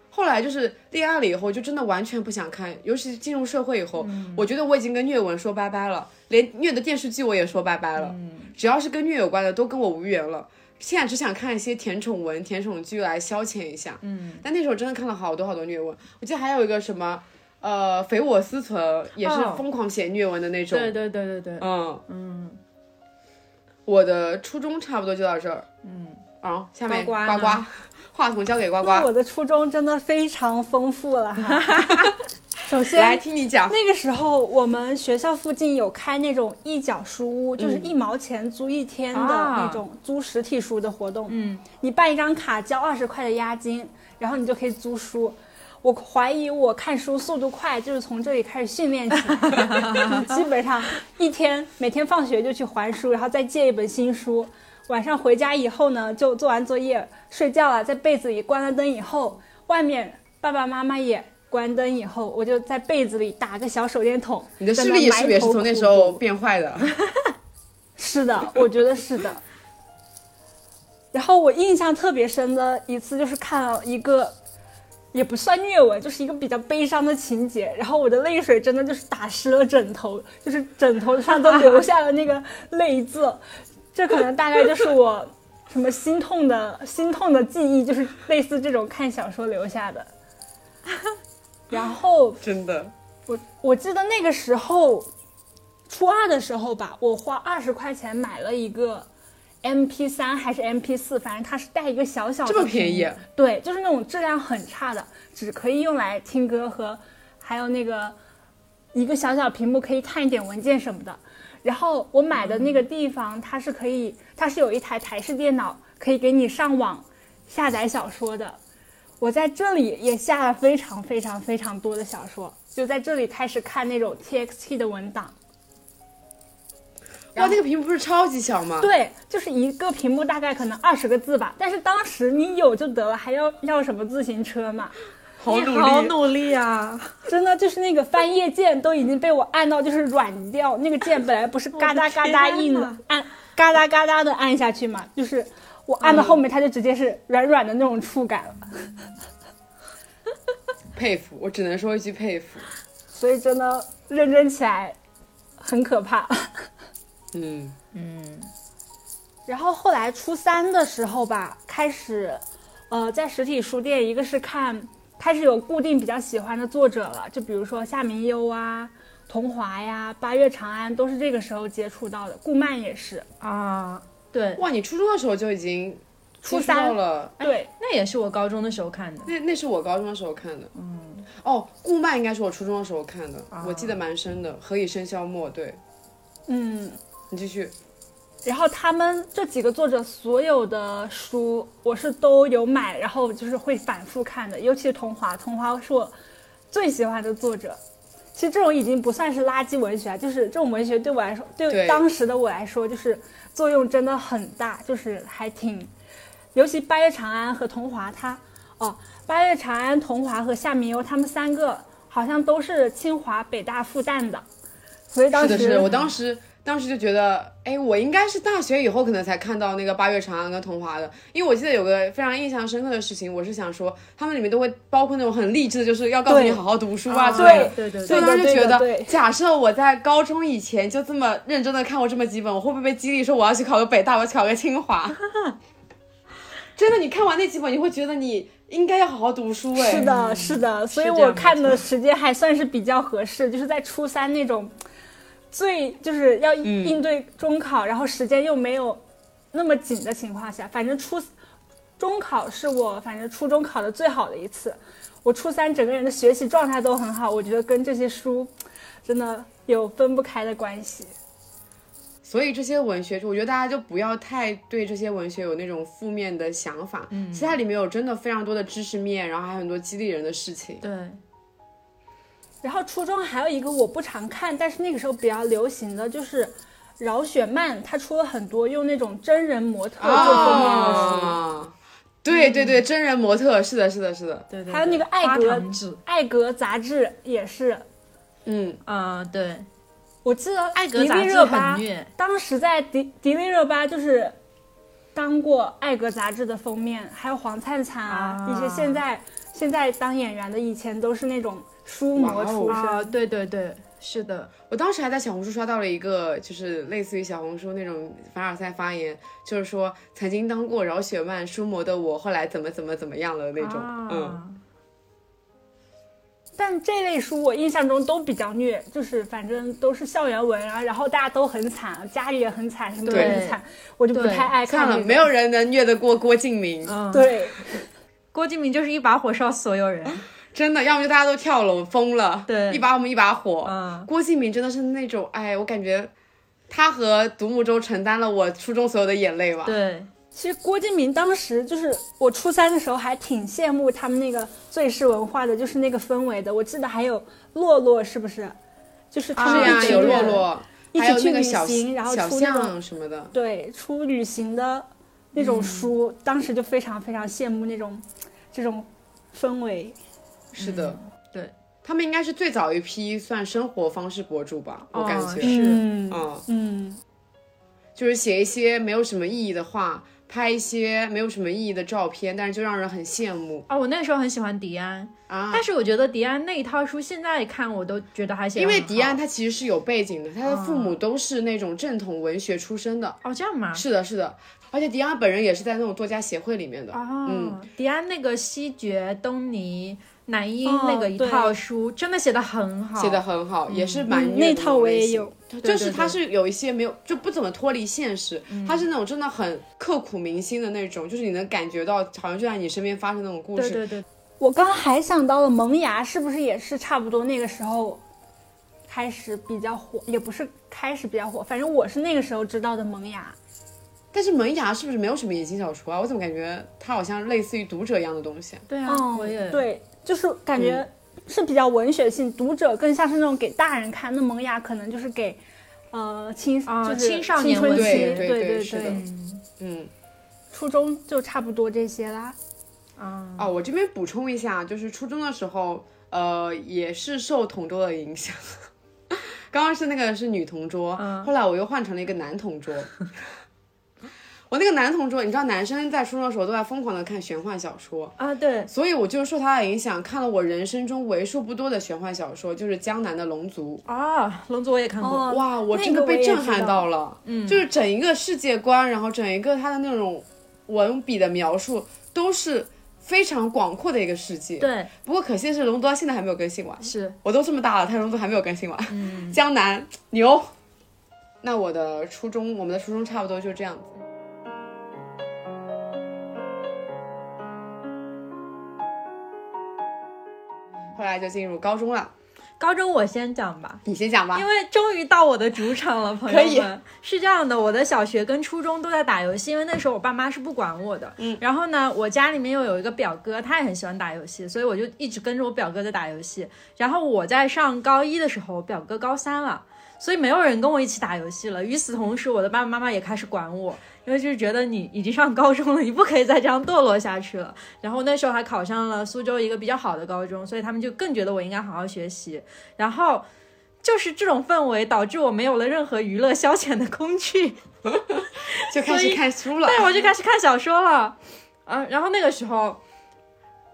后来就是恋爱了以后，就真的完全不想看，尤其是进入社会以后，我觉得我已经跟虐文说拜拜了，连虐的电视剧我也说拜拜了。只要是跟虐有关的，都跟我无缘了。现在只想看一些甜宠文、甜宠剧来消遣一下。嗯，但那时候真的看了好多好多虐文，我记得还有一个什么，呃，《匪我思存》也是
哦
疯狂写虐文的那种。
(laughs) 对对对对对，
嗯嗯，我的初中差不多就到这儿。嗯，啊，下面
呱呱
呱
呢
呱，话筒交给呱
那
呱，
我的初衷真的非常丰富了
(laughs)
哈。首
来
先，
听你讲。
那个时候我们学校附近有开那种一角书屋，就是一毛钱租一天的那种租实体书的活动。
嗯，
你办一张卡，交二十块的押金，然后你就可以租书。我怀疑我看书速度快，就是从这里开始训练起。 (laughs) 基本上一天，每天放学就去还书，然后再借一本新书。晚上回家以后呢，就做完作业睡觉了，在被子里关了灯以后，外面爸爸妈妈也关灯以后，我就在被子里打个小手电筒。
你的
在
视
那
力是不是也
埋
是
头
从那
苦
时候
读
变坏
(laughs)
的？
是的，我觉得是的。然后我印象特别深的一次就是看了一个，也不算虐文，就是一个比较悲伤的情节。然后我的泪水真的就是打湿了枕头，就是枕头上都留下了那个泪渍。这可能大概就是我什么心痛的心痛的记忆，就是类似这种看小说留下的。然后
真的，
我我记得那个时候，初二的时候吧，我花二十块钱买了一个 M P 三还是 M P 四，反正它是带一个小小的
这么便宜
屏幕对，就是那种质量很差的，只可以用来听歌和还有那个一个小小屏幕可以看一点文件什么的。然后我买的那个地方，它是可以，它是有一台台式电脑可以给你上网下载小说的。我在这里也下了非常非常非常多的小说，就在这里开始看那种 TXT 的文档。
哇，那个屏幕不是超级小吗？
对，就是一个屏幕大概可能二十个字吧，但是当时你有就得了，还要要什么自行车嘛？
好努
你好
力。
努力啊！
真的就是那个翻页键都已经被我按到就是软掉，那个键本来不是嘎哒嘎哒硬的按嘎哒嘎哒的按下去嘛，就是我按到后面它就直接是软软的那种触感了，
佩服，我只能说一句佩服。
所以真的认真起来很可怕。
嗯，
然后后来初三的时候吧，开始，呃，在实体书店，一个是看开始有固定比较喜欢的作者了，就比如说夏明优啊、桐华呀、八月长安，都是这个时候接触到的，顾漫也是。
啊，对，
哇，你初中的时候就已经
初
接触
三
到了，
对，
那也是我高中的时候看的。
那那是我高中的时候看的。嗯，哦，顾漫应该是我初中的时候看的，
啊
我记得蛮深的。何以笙箫默，对
嗯。
你继续。
然后他们这几个作者所有的书，我是都有买，然后就是会反复看的，尤其是桐华，桐华是我最喜欢的作者。其实这种已经不算是垃圾文学啊，就是这种文学对我来说，对
对
当时的我来说，就是作用真的很大，就是还挺，尤其八月长安和桐华，他哦，八月长安、桐华和夏明优他们三个好像都是清华、北大、复旦的，所以当
是
时
的，是的，我当时当时就觉得，哎，我应该是大学以后可能才看到那个八月长安跟桐华的，因为我记得有个非常印象深刻的事情，我是想说，他们里面都会包括那种很励志的，就是要告诉
对
你好好读书啊之类
对
的。
对对
所以
对
我当时就
对的
觉
对的
得
对，
假设我在高中以前就这么认真的看过这么几本，我会不会被激励说我要去考个北大，我要去考个清华？ (laughs) 真的，你看完那几本，你会觉得你应该要好好读书哎。
是的，是的，所以
是这
我
样没
看的时间还算是比较合适，就是在初三那种最就是要
嗯
应应对中考，然后时间又没有那么紧的情况下，反正初中考是我反正初中考的最好的一次，我初三整个人的学习状态都很好，我觉得跟这些书真的有分不开的关系。
所以这些文学，我觉得大家就不要太对这些文学有那种负面的想法。嗯，其实它里面有真的非常多的知识面，然后还有很多激励人的事情。
对，
然后初中还有一个我不常看，但是那个时候比较流行的就是饶雪漫，她出了很多用那种真人模特做封面的书，
啊，
嗯
对对对，真人模特，是的，是的，是的，
对对，
还有那个艾格
花糖纸，
艾格》杂志也是。
嗯，
啊、对，
我记得
艾格
迪
杂
丽
志
热巴
很虐，
当时在迪迪丽热巴就是当过《艾格》杂志的封面，还有黄灿灿啊，
啊
一些现在现在当演员的，以前都是那种书模出身。
啊、对对对，是的，
我当时还在小红书刷到了一个，就是类似于小红书那种凡尔赛发言，就是说曾经当过饶雪漫书模的我，后来怎么怎么怎么样了那种，嗯。
啊
但这类书我印象中都比较虐，就是反正都是校园文啊，然后大家都很惨，家里也很惨，什么都
对
很惨，我就不太爱
看
看
了，
这种
没有人能虐得过郭敬明，
嗯，，
对，
郭敬明就是一把火烧所有人，
真的，要么就大家都跳楼疯了，
对
一把我们一把火。
嗯，
郭敬明真的是那种，哎，我感觉他和独木舟承担了我初中所有的眼泪吧。
(laughs) 对，
其实郭敬明当时就是我初三的时候，还挺羡慕他们那个最是文化的，就是那个氛围的。我记得还有洛洛，是不是？就是他
是
们
呀，
啊一
对
群
啊有洛
人
洛，
一
还有
起去
那个
旅
小
行，然后
小
出那种
象什么的。
对出旅行的那
嗯
种书，当时就非常非常羡慕那种这种氛围。
是的，
嗯
对，
他们应该是最早一批算生活方式博主吧，我
哦
感觉，
是
嗯
嗯，
嗯，
就是写一些没有什么意义的话，拍一些没有什么意义的照片，但是就让人很羡慕
哦，我那个时候很喜欢迪安，
啊。
但是我觉得迪安那一套书现在看我都觉得还写得
因为
很
迪安
好
他其实是有背景的，他的父母
哦
都是那种正统文学出身的。
哦这样嘛，
是的，是的，而且迪安本人也是在那种作家协会里面的。
哦，
嗯
迪安那个西决东尼南英
哦
那个一套书、真的写的很好，
写的很好，也是蛮
嗯
虐
那
的
套我也
类型
有，，
对
就是
对
他
对
是有一些没有就不怎么脱离现实，他是那种真的很刻骨铭心的那种，就是你能感觉到好像就在你身边发生那种故
对
事。
对对，
我刚还想到了《萌芽》，是不是也是差不多那个时候开始比较火？也不是开始比较火，反正我是那个时候知道的《萌芽》。
但是《萌芽》是不是没有什么言情小说啊？我怎么感觉它好像类似于读者一样的东西啊？
对啊，
嗯，
我也，
对，就是感觉是比较文学性，读者更像是那种给大人看，那萌芽可能就是给呃青
啊
就是
青少
青
年
春期，
文学
对
对对
对
是的
嗯
嗯，
初中就差不多这些啦。
啊，
哦，我这边补充一下，就是初中的时候，呃，也是受同桌的影响。 (laughs) 刚刚是那个是女同桌，
嗯
后来我又换成了一个男同桌。 (laughs) 我那个男同桌，你知道，男生在初中的时候都在疯狂的看玄幻小说，
啊对，
所以我就受他的影响，看了我人生中为数不多的玄幻小说，就是江南的《龙族》。
啊，龙族我也看过，
哦
哇，我
那
真的
个我
被
也
震
知
撼
道
到了，嗯，就是整一个世界观，然后整一个他的那种文笔的描述都是非常广阔的一个世界。
对，
不过可惜的是，龙族到现在还没有更新完，
是
我都这么大了，它龙族还没有更新完。(laughs)
嗯
江南牛。那我的初中，我们的初中差不多就这样子。回来就进入高中了。
高中我先讲吧，
你先讲吧
因。为终于到我的主场了，朋友
可以
们。是这样的，我的小学跟初中都在打游戏，因为那时候我爸妈是不管我的。嗯，然后呢，我家里面又有一个表哥，他也很喜欢打游戏，所以我就一直跟着我表哥在打游戏。然后我在上高一的时候，表哥高三了。所以没有人跟我一起打游戏了。与此同时，我的爸爸妈妈也开始管我，因为就是觉得你已经上高中了，你不可以再这样堕落下去了。然后那时候还考上了苏州一个比较好的高中，所以他们就更觉得我应该好好学习。然后就是这种氛围导致我没有了任何娱乐消遣的工具，
就开
所
始
以
看书了。
对，我就开始看小说了。啊，然后那个时候，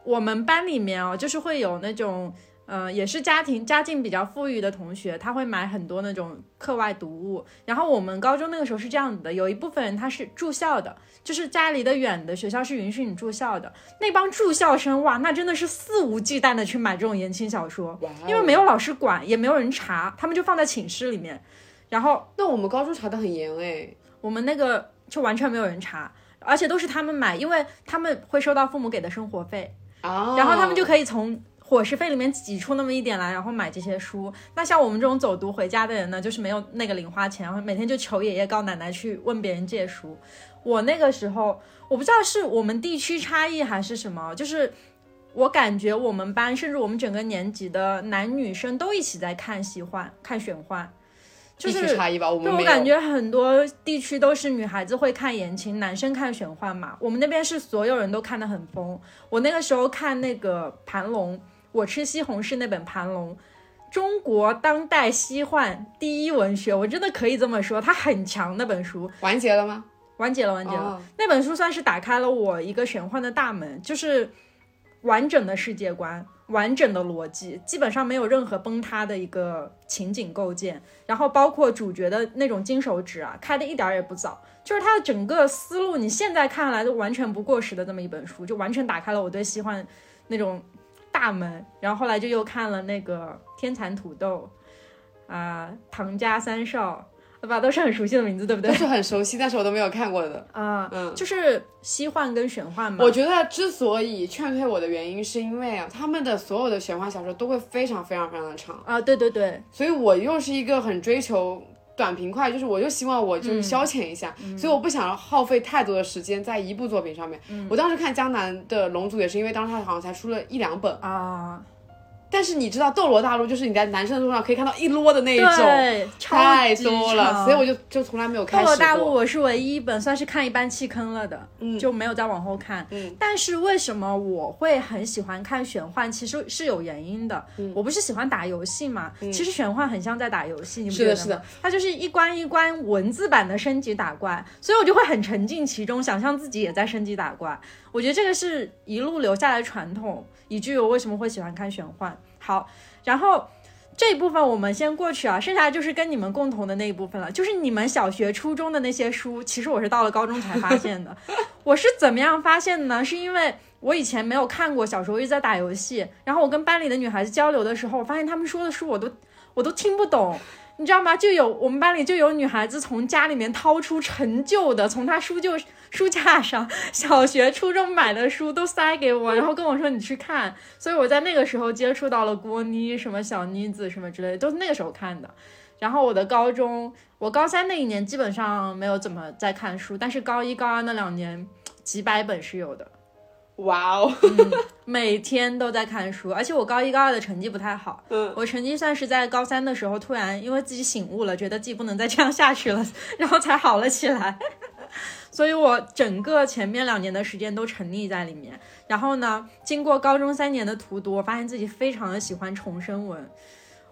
我们班里面哦，就是会有那种，呃，也是家庭家境比较富裕的同学，他会买很多那种课外读物。然后我们高中那个时候是这样子的，有一部分人他是住校的，就是家离得远的学校是允许你住校的。那帮住校生哇，那真的是肆无忌惮的去买这种言情小说，
哇哦
因为没有老师管，也没有人查，他们就放在寝室里面，然后
那我们高中查的很严哎，
我们那个就完全没有人查，而且都是他们买，因为他们会收到父母给的生活费，
啊，
然后他们就可以从伙食费里面挤出那么一点来，然后买这些书。那像我们这种走读回家的人呢，就是没有那个零花钱，然后每天就求爷爷告奶奶去问别人借书。我那个时候，我不知道是我们地区差异还是什么，就是。我感觉我们班，甚至我们整个年级的男女生都一起在看喜欢看玄幻，就是
地区差异吧，我
对
们
我
没有。
感觉很多地区都是女孩子会看言情，男生看玄幻嘛。我们那边是所有人都看得很疯。我那个时候看那个盘龙，我吃西红柿那本盘龙，中国当代西幻第一文学，我真的可以这么说，它很强那本书。
完结了吗？
完结了，完结了。
哦
那本书算是打开了我一个玄幻的大门，就是完整的世界观、完整的逻辑，基本上没有任何崩塌的一个情景构建。然后包括主角的那种金手指啊，开的一点儿也不早，就是他的整个思路，你现在看来都完全不过时的这么一本书，就完全打开了我对西幻那种大门。然后后来就又看了那个《天蚕土豆》啊，《唐家三少》，啊对吧？都是很熟悉的名字，对不对
都？是很熟悉，但是我都没有看过的。
啊、
嗯
就是西幻跟玄幻嘛。
我觉得之所以劝退我的原因，是因为啊，他们的所有的玄幻小说都会非常非常非常的长，
啊，对对对，
所以我又是一个很追求短平快，就是我就希望我就是消遣一下，
嗯
所以我不想耗费太多的时间在一部作品上面。
嗯
我当时看江南的《龙族》也是因为当时他好像才出了一两本，
啊，
但是你知道《斗罗大陆》就是你在男生的路上可以看到一摞的那一种，
对，
太
超级
多了，
长
所以我就就从来没有
《斗
开
罗
始
大陆》
过。
我是唯一一本算是看一半弃坑了的，就没有再往后看。
嗯
但是为什么我会很喜欢看玄幻？其实是有原因的。
嗯
我不是喜欢打游戏嘛，其实玄幻很像在打游戏，你不
是
觉得
的
吗？
是的
它就是一关一关文字版的升级打怪，所以我就会很沉浸其中，想象自己也在升级打怪。我觉得这个是一路留下来的传统，以至于我为什么会喜欢看玄幻。好，然后。这一部分我们先过去啊，剩下就是跟你们共同的那一部分了，就是你们小学、初中的那些书，其实我是到了高中才发现的。我是怎么样发现的呢？是因为我以前没有看过，小时候一直在打游戏，然后我跟班里的女孩子交流的时候，我发现她们说的书我都我都听不懂。你知道吗？就有我们班里就有女孩子从家里面掏出陈旧的，从她书就书架上 (laughs) 小学、初中买的书都塞给我，然后跟我说你去看。所以我在那个时候接触到了郭妮、什么小妮子什么之类的，都是那个时候看的。然后我的高中，我高三那一年基本上没有怎么在看书，但是高一、高二那两年几百本是有的，嗯
哇哦，
每天都在看书。而且我高一、高二的成绩不太好，
嗯，
我成绩算是在高三的时候突然因为自己醒悟了，觉得自己不能再这样下去了，然后才好了起来。 (laughs) 所以我整个前面两年的时间都沉溺在里面。然后呢，经过高中三年的荼毒，我发现自己非常的喜欢重生文。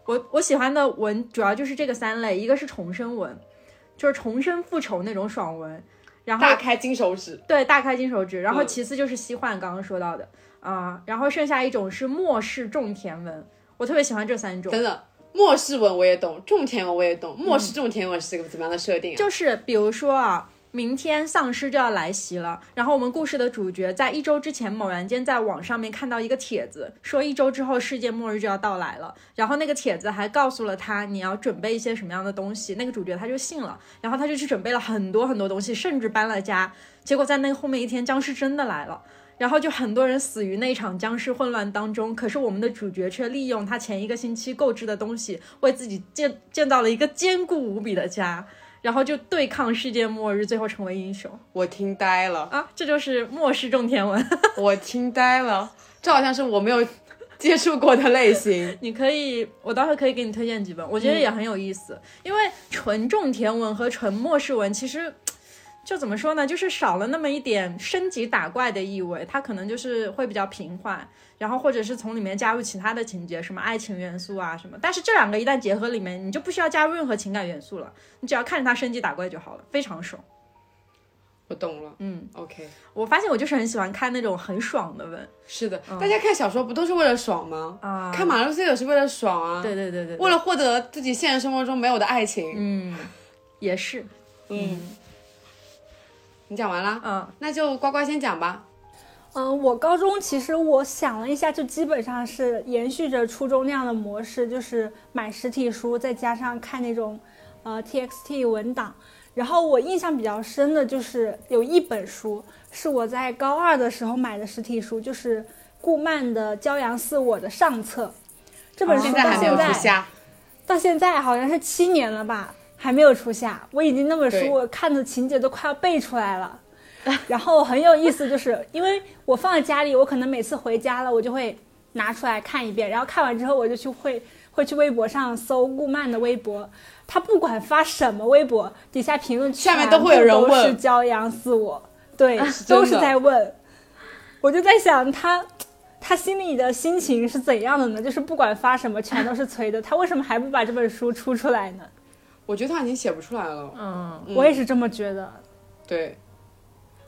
我我喜欢的文主要就是这个三类，一个是重生文，就是重生复仇那种爽文，然后
大开金手指，
对，大开金手指。然后
嗯
其次就是西幻，刚刚说到的啊、然后剩下一种是末世种田文，我特别喜欢这三种。
等等。末世文我也懂，种田文我也懂。末世种田文是个怎么样的设定啊？
就是比如说啊，明天丧尸就要来袭了，然后我们故事的主角在一周之前猛然间在网上面看到一个帖子，说一周之后世界末日就要到来了，然后那个帖子还告诉了他你要准备一些什么样的东西，那个主角他就信了，然后他就去准备了很多很多东西，甚至搬了家，结果在那后面一天僵尸真的来了。然后就很多人死于那一场僵尸混乱当中，可是我们的主角却利用他前一个星期购置的东西，为自己建建造了一个坚固无比的家，然后就对抗世界末日，最后成为英雄
我听呆了，
啊！这就是末世种田文， (laughs)
我听呆了， (laughs) 这好像是我没 (laughs) 有接触过的类型。
你可以，我到时候可以给你推荐几本，我觉得也很有意思，因为纯种田文和纯末世文其实。就怎么说呢，就是少了那么一点升级打怪的意味，它可能就是会比较平缓，然后或者是从里面加入其他的情节，什么爱情元素啊什么。但是这两个一旦结合里面，你就不需要加入任何情感元素了，你只要看着它升级打怪就好了，非常爽。
(laughs) 我懂了，嗯，OK，
我发现我就是很喜欢看那种很爽的文
是的，大家看小说不都是为了爽吗？
啊
看马路岁也是为了爽啊，
对对对对，对
为了获得自己现实生活中没有的爱情。
嗯，也是，
嗯你讲完了，
嗯，
那就呱呱先讲吧。
嗯，我高中其实我想了一下，就基本上是延续着初中那样的模式，就是买实体书，再加上看那种呃 TXT 文档。然后我印象比较深的就是有一本书是我在高二的时候买的实体书，就是顾漫的《骄阳似我》的上册。这本书
哦现
到
在还没有
现
出
在
虾，
到现在好像是七年了吧，还没有出下。我已经那本
对
书我看的情节都快要背出来了。然后很有意思，就是 (laughs) 因为我放在家里，我可能每次回家了，我就会拿出来看一遍，然后看完之后我就去会会去微博上搜顾漫的微博，他不管发什么微博，底下评论
下面都会有人
全部都是
问
骄阳似我，对，
真
都是
的
在问。我就在想他他心里的心情是怎样的呢？就是不管发什么，全都是催的。他为什么还不把这本书出出来呢？
我觉得他已经写不出来了。
嗯，
我也是这么觉得。
对，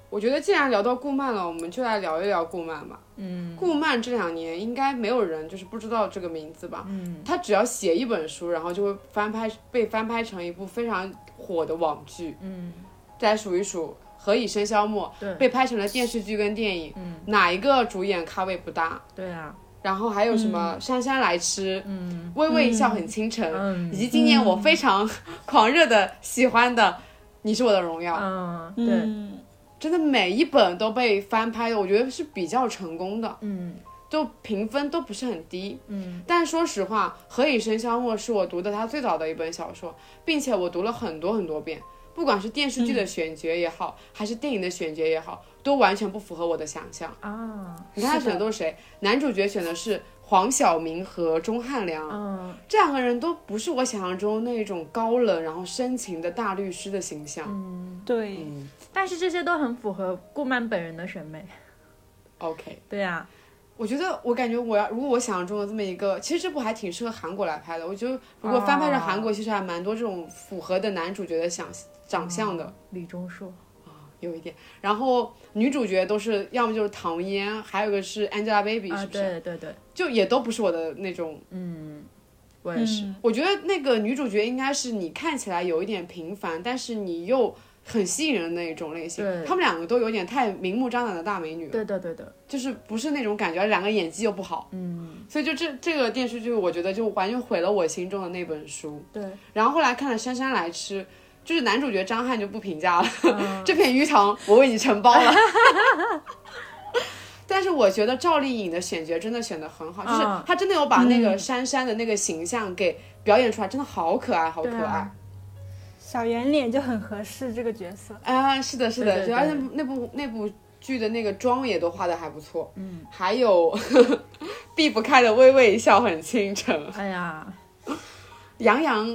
我觉得既然聊到顾漫了，我们就来聊一聊顾漫吧。嗯，顾漫这两年应该没有人就是不知道这个名字吧？嗯，他只要写一本书，然后就会翻拍被翻拍成一部非常火的网剧。嗯，再数一数，《何以笙箫默》
对
被拍成了电视剧跟电影，嗯、哪一个主演咖位不大？
对啊，
然后还有什么姗姗来迟，嗯，微微一笑很倾城，
嗯
以及今年我非常狂热的喜欢的《你是我的荣耀》，
嗯，对，
嗯，
真的每一本都被翻拍的，我觉得是比较成功的，
嗯
就评分都不是很低。
嗯，
但说实话，《何以笙箫默》是我读的他最早的一本小说，并且我读了很多很多遍，不管是电视
嗯
剧的选角也好，还是电影的选角也好，都完全不符合我的想象。
啊，
你看他
是
选的都是谁？男主角选的是黄晓明和钟汉良，
嗯
这两个人都不是我想象中那种高冷然后深情的大律师的形象。
嗯，
对，
但是这些都很符合顾漫本人的审美，
OK，
对啊，
我觉得我感觉我要如果我想象中的这么一个，其实这部还挺适合韩国来拍的。我觉得如果翻拍成韩
啊
国，其实还蛮多这种符合的男主角的想长相的。
李钟硕，
有一点，然后女主角都是要么就是唐嫣，还有一个是 Angelababy，、
啊，
是不是？
对对对，
就也都不是我的那种嗯
我也是，
我觉得那个女主角应该是你看起来有一点平凡，但是你又很吸引人的那一种类型
对。
她们两个都有点太明目张胆的大美女了，
对的对的，
就是不是那种感觉，两个演技又不好。嗯，所以就这这个电视剧，我觉得就完全毁了我心中的那本书。
对，
然后后来看了《姗姗来迟》，就是男主角张翰就不评价了，
啊
(laughs) 这片鱼塘我为你承包
(laughs)
了。但是我觉得赵丽颖的选角真的选的很好，就是
嗯
她真的有把那个珊珊的那个形象给表演出来，真的好可爱，好可
对
爱。
啊
啊、
小圆脸就很合适这个角色。
啊是的，是
对
的，
对
主要是
对
那部那部剧的那个妆也都画的还不错，嗯，还有 (laughs) 避不开的微微一笑很倾城，
哎呀，
杨洋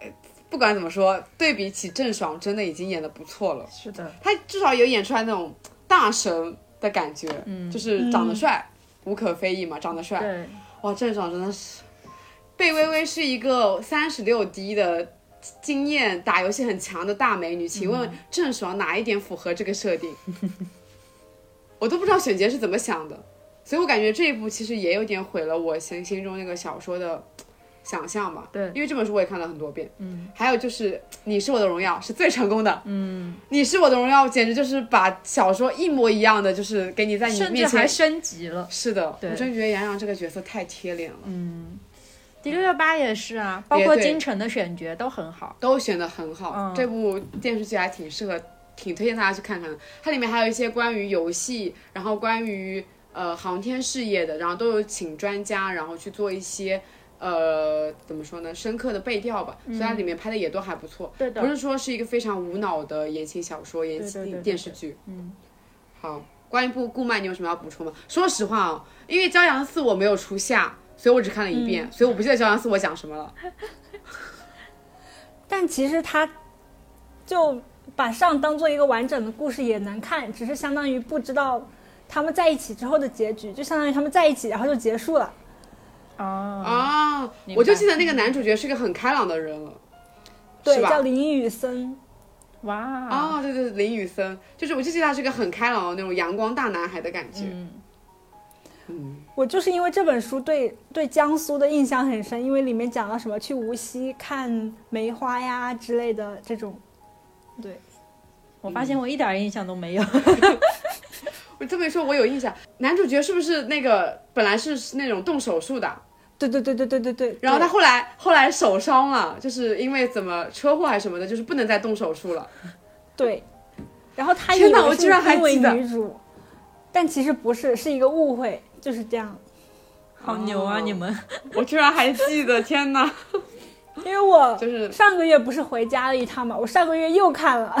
呃不管怎么说，对比起郑爽，真的已经演的不错了。
是的，
他至少有演出来那种大神的感觉，嗯，就是长得帅，无可非议嘛，长得帅。
对，
哇，郑爽真的是，贝微微是一个三十六 D 的经验打游戏很强的大美女，请
嗯
问郑爽哪一点符合这个设定？ (laughs) 我都不知道选角是怎么想的，所以我感觉这一部其实也有点毁了我心心中那个小说的。想象吧，
对
因为这本书我也看了很多遍，嗯，还有就是《你是我的荣耀》是最成功的，嗯，《你是我的荣耀》简直就是把小说一模一样的，就是给你在你
甚至
面前
还升级了。
是的，
对
我真觉得杨洋这个角色太贴脸了，
嗯第六六八也是啊，包
也
括
对
金晨的选角都很好。
都选的很好。
嗯
这部电视剧还挺适合挺推荐大家去看看的。它里面还有一些关于游戏，然后关于呃航天事业的，然后都有请专家，然后去做一些呃怎么说呢，深刻的背调吧。所以它里面拍的也都还不错，
对嗯的
不是说是一个非常无脑的言情小说、言
对对对
情
对
电视剧。
嗯，
好，关于顾顾漫，你有什么要补充吗？说实话哦，因为《骄阳寺》我没有出夏，所以我只看了一
嗯
遍，所以我不记得《骄阳寺》我讲什么了。
但其实他就把上当做一个完整的故事也能看，只是相当于不知道他们在一起之后的结局，就相当于他们在一起然后就结束了。
哦，
啊，
明白
我就记得那个男主角是个很开朗的人了，
对，
是吧
叫林雨森。
哇，
啊，对对，对林雨森，就是我就记得他是个很开朗的那种阳光大男孩的感觉。
嗯，
嗯，
我就是因为这本书对对江苏的印象很深，因为里面讲到什么去无锡看梅花呀之类的这种。对，
我发现我一点儿印象都没有。
嗯我这么一说，我有印象，男主角是不是那个本来是那种动手术的，
对对对对对对对。
然后他
对
后来后来手伤了，就是因为怎么车祸还是什么的，就是不能再动手术了。
对，然后他以
天哪
为
我
是
居然还
因为
记得
女主，但其实不是，是一个误会，就是这样。
好牛啊！
哦
你们
(laughs) 我居然还记得，天哪！
因为我
就是
上个月不是回家了一趟嘛，我上个月又看了，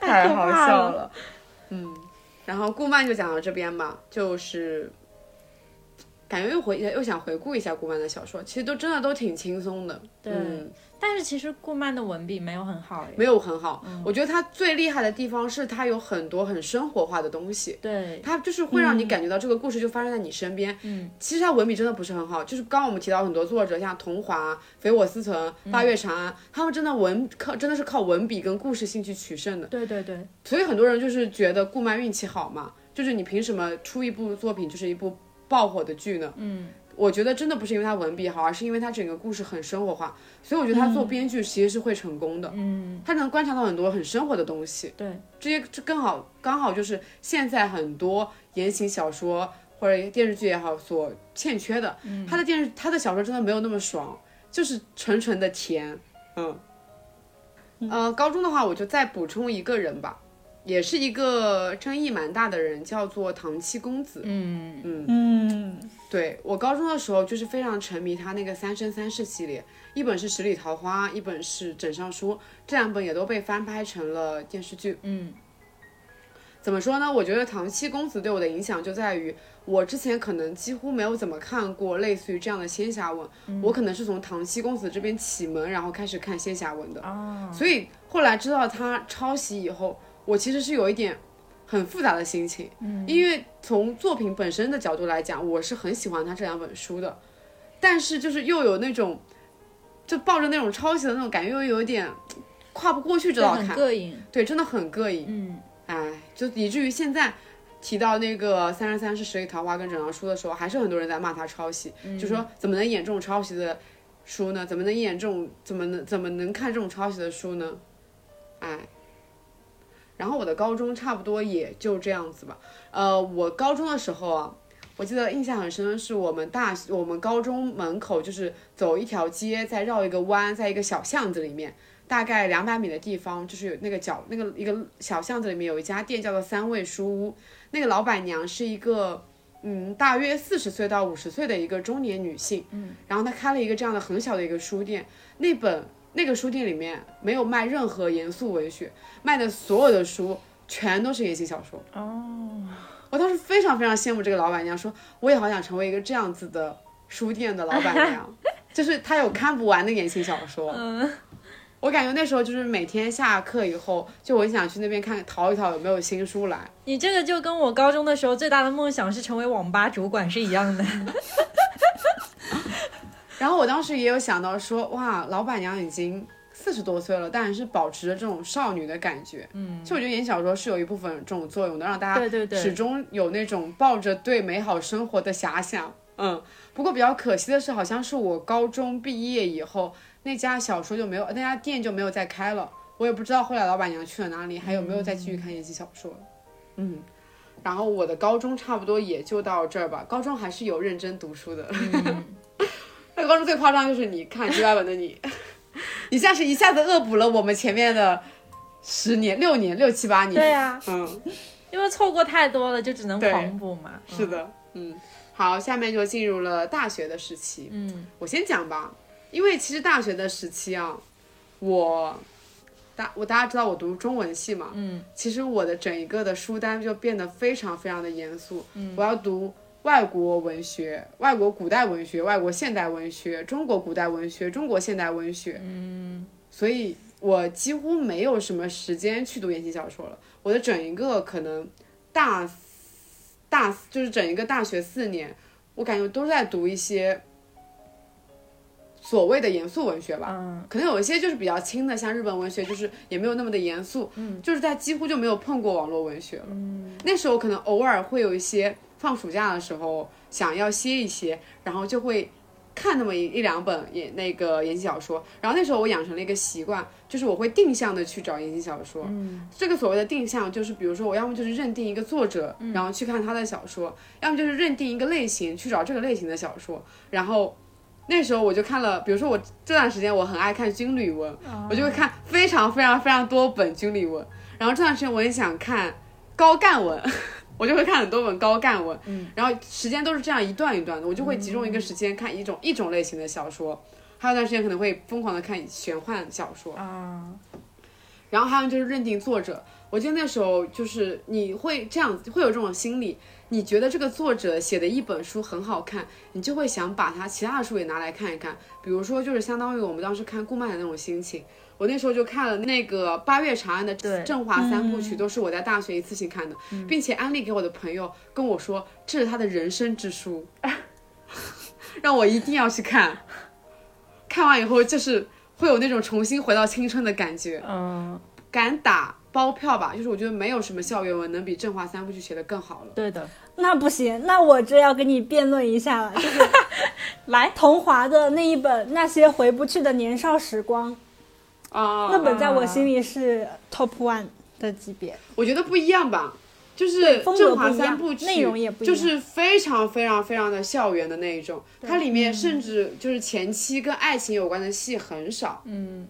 太
可
好
怕
笑
了
了。嗯，然后顾漫就讲到这边吧，就是感觉又回又想回顾一下顾漫的小说，其实都真的都挺轻松的，
对
嗯，
但是其实顾漫的文笔没有很好耶。
没有很好。我觉得他最厉害的地方是他有很多很生活化的东西。
对，
它就是会让你感觉到这个故事就发生在你身边。
嗯，
其实它文笔真的不是很好，就是刚刚我们提到很多作者，像桐华、肥我思存、八月长安，他们真的文靠真的是靠文笔跟故事性去取胜的。
对对对，
所以很多人就是觉得顾漫运气好嘛，就是你凭什么出一部作品就是一部爆火的剧呢？嗯，我觉得真的不是因为他文笔好，而是因为他整个故事很生活化，所以我觉得他做编剧其实是会成功的。
嗯，
他能观察到很多很生活的东西，
对，
这些这更好，刚好就是现在很多言情小说或者电视剧也好所欠缺的。他的电视他的小说真的没有那么爽，就是纯纯的甜。嗯，呃，高中的话我就再补充一个人吧，也是一个争议蛮大的人，叫做唐七公子。
嗯，
(laughs) 嗯，
对我高中的时候就是非常沉迷他那个《三生三世》系列，一本是《十里桃花》，一本是《枕上书》，这两本也都被翻拍成了电视剧。
嗯，
怎么说呢？我觉得《唐七公子》对我的影响就在于，我之前可能几乎没有怎么看过类似于这样的仙侠文，
嗯
我可能是从《唐七公子》这边启蒙，然后开始看仙侠文的。
哦，
所以后来知道他抄袭以后，我其实是有一点很复杂的心情，嗯，因为从作品本身的角度来讲，我是很喜欢他这两本书的，但是就是又有那种，就抱着那种抄袭的那种感觉，又有一点跨不过去这
对
道
很
坎，
膈应。
对，真的很膈应，
嗯，
哎，就以至于现在。提到那个《三十三是十里桃花》跟《枕上书》的时候，还是很多人在骂他抄袭，就说怎么能演这种抄袭的书呢？怎么能演这种怎么能怎么能看这种抄袭的书呢？哎，然后我的高中差不多也就这样子吧。呃，我高中的时候啊，我记得印象很深的是我们大我们高中门口就是走一条街，再绕一个弯，在一个小巷子里面，大概两百米的地方，就是有那个角那个一个小巷子里面有一家店叫做三味书屋，那个老板娘是一个。嗯，大约四十岁到五十岁的一个中年女性，嗯，然后她开了一个这样的很小的一个书店，那本那个书店里面没有卖任何严肃文学，卖的所有的书全都是言情小说。
哦，
我当时非常非常羡慕这个老板娘，说我也好想成为一个这样子的书店的老板娘，就是她有看不完的言情小说。我感觉那时候就是每天下课以后，就我想去那边看淘一淘有没有新书来。
你这个就跟我高中的时候最大的梦想是成为网吧主管是一样的。
然后我当时也有想到说，哇，老板娘已经四十多岁了，但还是保持着这种少女的感觉。嗯，就我觉得演小说是有一部分这种作用的，让大家
(laughs) 对对对
始终有那种抱着对美好生活的遐想。嗯，不过比较可惜的是，好像是我高中毕业以后，那家小说就没有，那家店就没有再开了。我也不知道后来老板娘去了哪里，还有没有再继续看言情小说。嗯，然后我的高中差不多也就到这儿吧。高中还 (laughs)
嗯
是有认真读书的。那高中最夸张就是你看几百本的你， (laughs) 一下是一下子恶补了我们前面的十年、六年、六七八年。
对啊呀、
嗯，
因为错过太多了，就只能
对
狂补嘛。
是的，嗯。好，下面就进入了大学的时期。
嗯，
我先讲吧，因为其实大学的时期啊，我大我大家知道我读中文系嘛，
嗯，
其实我的整一个的书单就变得非常非常的严肃，嗯，我要读外国文学、外国古代文学、外国现代文学、中国古代文学、中国现代文学，嗯，所以我几乎没有什么时间去读言情小说了，我的整一个可能大四大四就是整一个大学四年，我感觉都在读一些所谓的严肃文学吧。
嗯
可能有一些就是比较轻的，像日本文学，就是也没有那么的严肃，嗯，就是在几乎就没有碰过网络文学了。嗯，那时候可能偶尔会有一些放暑假的时候想要歇一歇，然后就会看那么一一两本也那个言情小说。然后那时候我养成了一个习惯，就是我会定向的去找言情小说。嗯，这个所谓的定向就是，比如说我要么就是认定一个作者，然后去看他的小说，要么就是认定一个类型去找这个类型的小说，然后。那时候我就看了，比如说我这段时间我很爱看军旅文，我就会看非常非常非常多本军旅文。然后这段时间我也想看高干文， (laughs) 我就会看很多本高干文。然后时间都是这样一段一段的，我就会集中一个时间看一种、一种类型的小说，还有一段时间可能会疯狂的看玄幻小说。
啊，
然后还有就是认定作者。我记得那时候就是你会这样，会有这种心理，你觉得这个作者写的一本书很好看，你就会想把他其他的书也拿来看一看。比如说，就是相当于我们当时看顾漫的那种心情。我那时候就看了那个《八月长安》的
对
《振华三部曲》，都是我在大学一次性看的，并且安利给我的朋友跟我说，这是他的人生之书， (laughs) 让我一定要去看。看完以后，就是会有那种重新回到青春的感觉。
嗯，
敢打包票吧，就是我觉得没有什么校园文能比《振华三部曲》写的更好了。
对的，
那不行，那我这要跟你辩论一下了，就是
(laughs)
来，
桐华的那一本《那些回不去的年少时光》，
啊、
那本在我心里是 top one 的级别。
我觉得不一样吧，就是
对
《
风
振
格不一样
华三部曲》
内容也不一
就
样
是非常非常非常的校园的那一种，它
嗯
里面甚至就是前期跟爱情有关的戏很少，
嗯，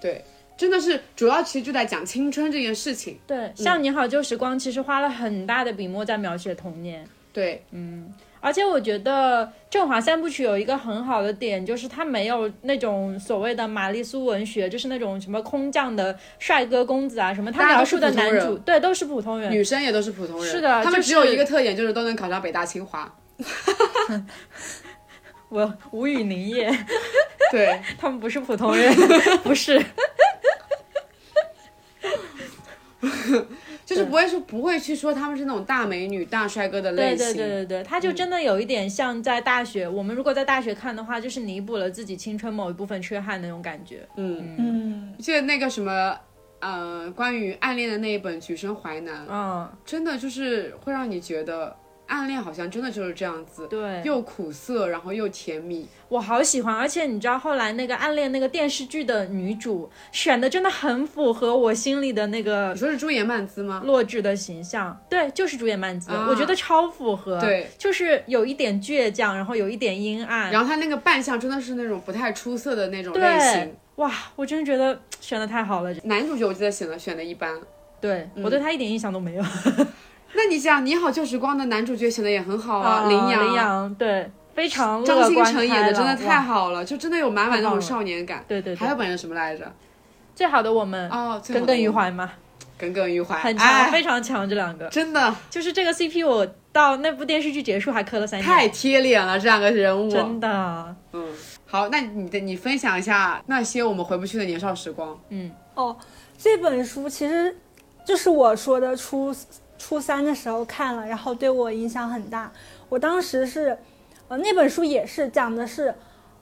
对，真的是主要其实就在讲青春这件事情，
对，像《你好，旧时光》其实花了很大的笔墨在描写童年，嗯
对，
而且我觉得《振华三部曲》有一个很好的点，就是它没有那种所谓的玛丽苏文学，就是那种什么空降的帅哥公子啊什么，他
大家
描
都是
述的
普通
男
人
主对都是普通人，
女生也都是普通人，
是的
他们
就
只有
是
一个特点就是都能考上北大清华，
我无语凝噎，
对，
他们不是普通人， (laughs) 不是，
就是不会说不会去说他们是那种大美女、大帅哥的类
对
型，
对对对对，他就真的有一点像在大学，我们如果在大学看的话，就是弥补了自己青春某一部分缺憾的那种感觉。
嗯。
嗯，
记得那个什么，呃，关于暗恋的那一本《橘生淮南》，
嗯，
真的就是会让你觉得暗恋好像真的就是这样子，
对，
又苦涩，然后又甜蜜。
我好喜欢，而且你知道后来那个暗恋那个电视剧的女主选的真的很符合我心里的那个
你说是朱颜曼姿吗？
洛枳的形象，对，就是主演曼姿，
啊
我觉得超符合，
对，
就是有一点倔强，然后有一点阴暗，
然后她那个扮相真的是那种不太出色的那种类
对
型。，
哇，我真的觉得选的太好了，
男主角我记得选的选的一般。
对、我对她一点印象都没有。
那你想，《你好旧时光》的男主角选的也很好啊，
羚
羊，
羚羊，对，非常乐
张
观
新成演的真
开
的
朗
太
哇
好了，就真的有满满那
太棒
种
了
少年感。
对对
还有
对，
本人什么来着？
最好的我们，
哦，最
耿
好的
耿于
我，
怀嘛，
耿耿于怀，
很强，
哎
非常强这两个。
真的
就是这个 CP，我到那部电视剧结束还磕了三年，
太贴脸了，这两个人物。
哎真的，
嗯，好，那你的你分享一下那些我们回不去的年少时光。
嗯
哦，这本书其实就是我说的初初三的时候看了，然后对我影响很大。我当时是，呃，那本书也是讲的是。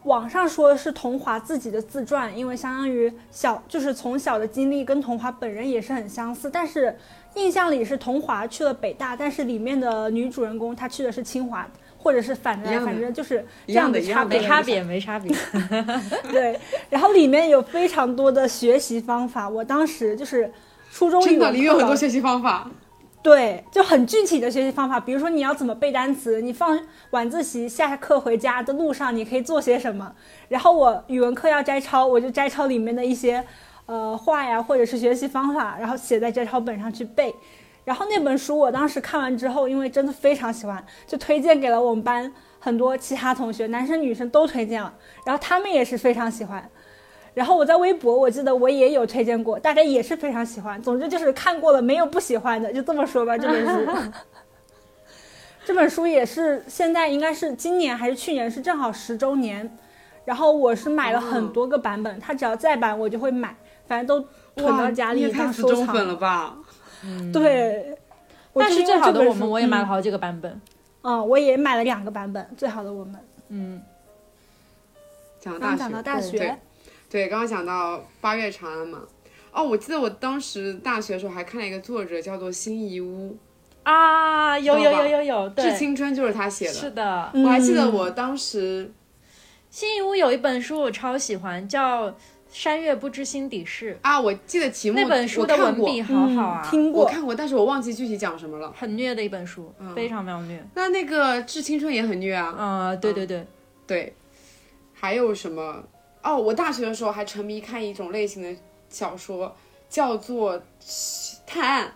网上说是桐华自己的自传，因为相当于小，就是从小的经历跟桐华本人也是很相似，但是印象里是桐华去了北大，但是里面的女主人公她去的是清华，或者是反着
一
来，
样的
反正就是
一
这
样
样
的一
差
样的
别。
没差别，没差
(laughs)
别，
对，然后里面有非常多的学习方法，我当时就是初中
真
语
的，
文
里面有
课
很多
老
学习方法。
对，就很具体的学习方法，比如说你要怎么背单词，你放晚自习、下课回家的路上你可以做些什么。然后我语文课要摘抄，我就摘抄里面的一些呃话呀，或者是学习方法，然后写在摘抄本上去背。然后那本书我当时看完之后，因为真的非常喜欢，就推荐给了我们班很多其他同学，男生女生都推荐了，然后他们也是非常喜欢。然后我在微博，我记得我也有推荐过，大家也是非常喜欢。总之就是看过了，没有不喜欢的，就这么说吧。这本书， (laughs) 这本书也是现在应该是今年还是去年是正好十周年，然后我是买了很多个版本，它只要再版我就会买，反正都囤到家里当收藏。
粉了嗯吧？
对，我
但
就是因为
最好
这
的
本
我们
嗯
书
我也买了好几个版本。
嗯，我也买了两个版本，最好的我们。
嗯，
讲
然
到
后嗯讲
大学
到，大
对
学，
对，刚刚讲到八月长安嘛。哦，我记得我当时大学的时候还看了一个作者，叫做辛夷坞，
啊，有
知
有
道吧
有有有，
《致
对，
青春》就是他写
是
的。
的。
我还记得
嗯
我当时
新义屋有一本书我超喜欢，叫《山月不知心底事
啊，我记得题》，目
那本书
我
的
看
文
过
笔好好啊
嗯，听
我
过，
看过，但是我忘记具体讲什么了。
很虐的一本书，
嗯
非常非常虐。
那那个《致青春》也很虐啊。
啊，对对对，
对，还有什么？哦，我大学的时候还沉迷看一种类型的小说，叫做探案、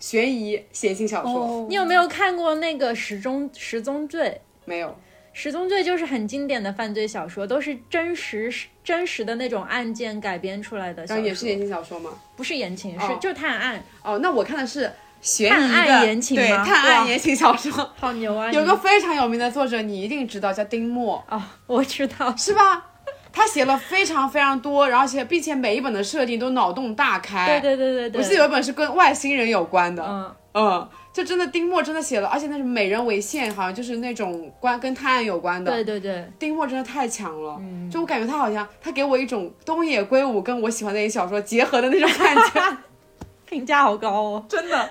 悬疑、写信小说。
哦
你有没有看过那个《十宗十宗罪》？
没有，
《十宗罪》就是很经典的犯罪小说，都是真实真实的那种案件改编出来的小
然
说，
后啊也是言情小说吗？
不是言情，
哦
是就探案，
哦，那我看的是悬疑的
探案言情
对，
吗
探
哇
案言情小
(laughs)
说。
好牛啊！
有
你
个非常有名的作者，你一定知道，叫丁墨，
啊，我知
(laughs)
道，
是吧？他写了非常非常多，然后且并且每一本的设定都脑洞大
对
开。
对对对对，
我记得有一哎本是跟外星人有关的，
嗯，
嗯，就真的丁墨真的写了，而且那是美人为线，好像就是那种关跟探案有关的。
对嗯对对，
丁墨真的太强了，就我感觉他好像他给我一种东野圭吾跟我喜欢的一些小说结合的那种感
(laughs)
觉。
评价好高哦，真的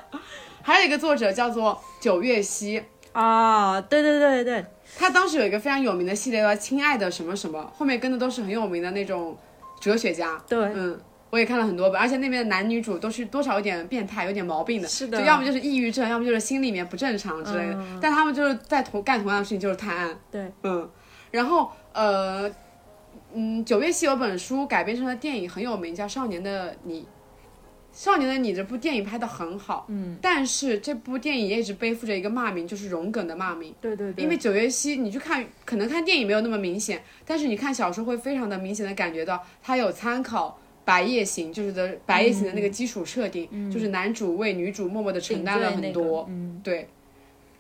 还有一个作者叫做九月溪，
啊，对对对对
他当时有一个非常有名的系列叫《亲爱的什么什么》，后面跟的都是很有名的那种哲学家。
对
嗯，我也看了很多本，而且那边的男女主都是多少有点变态，有点毛病的，
是的
就要么就是抑郁症，要么就是心里面不正常之类的。
嗯
但他们就是在同干同样的事情，就是探案。
对，
嗯，然后呃，嗯，九月溪有本书改编成了电影，很有名，叫《少年的你》。《少年的你》这部电影拍的很好，
嗯，
但是这部电影也一直背负着一个骂名，就是荣梗的骂名。
对对对，
因为九月溪，你去看，可能看电影没有那么明显，但是你看小说会非常的明显的感觉到，它有参考《白夜行》，就是的《白夜行》的
嗯
那个基础设定，就是男主为女主默默的承担了很多。
嗯
对，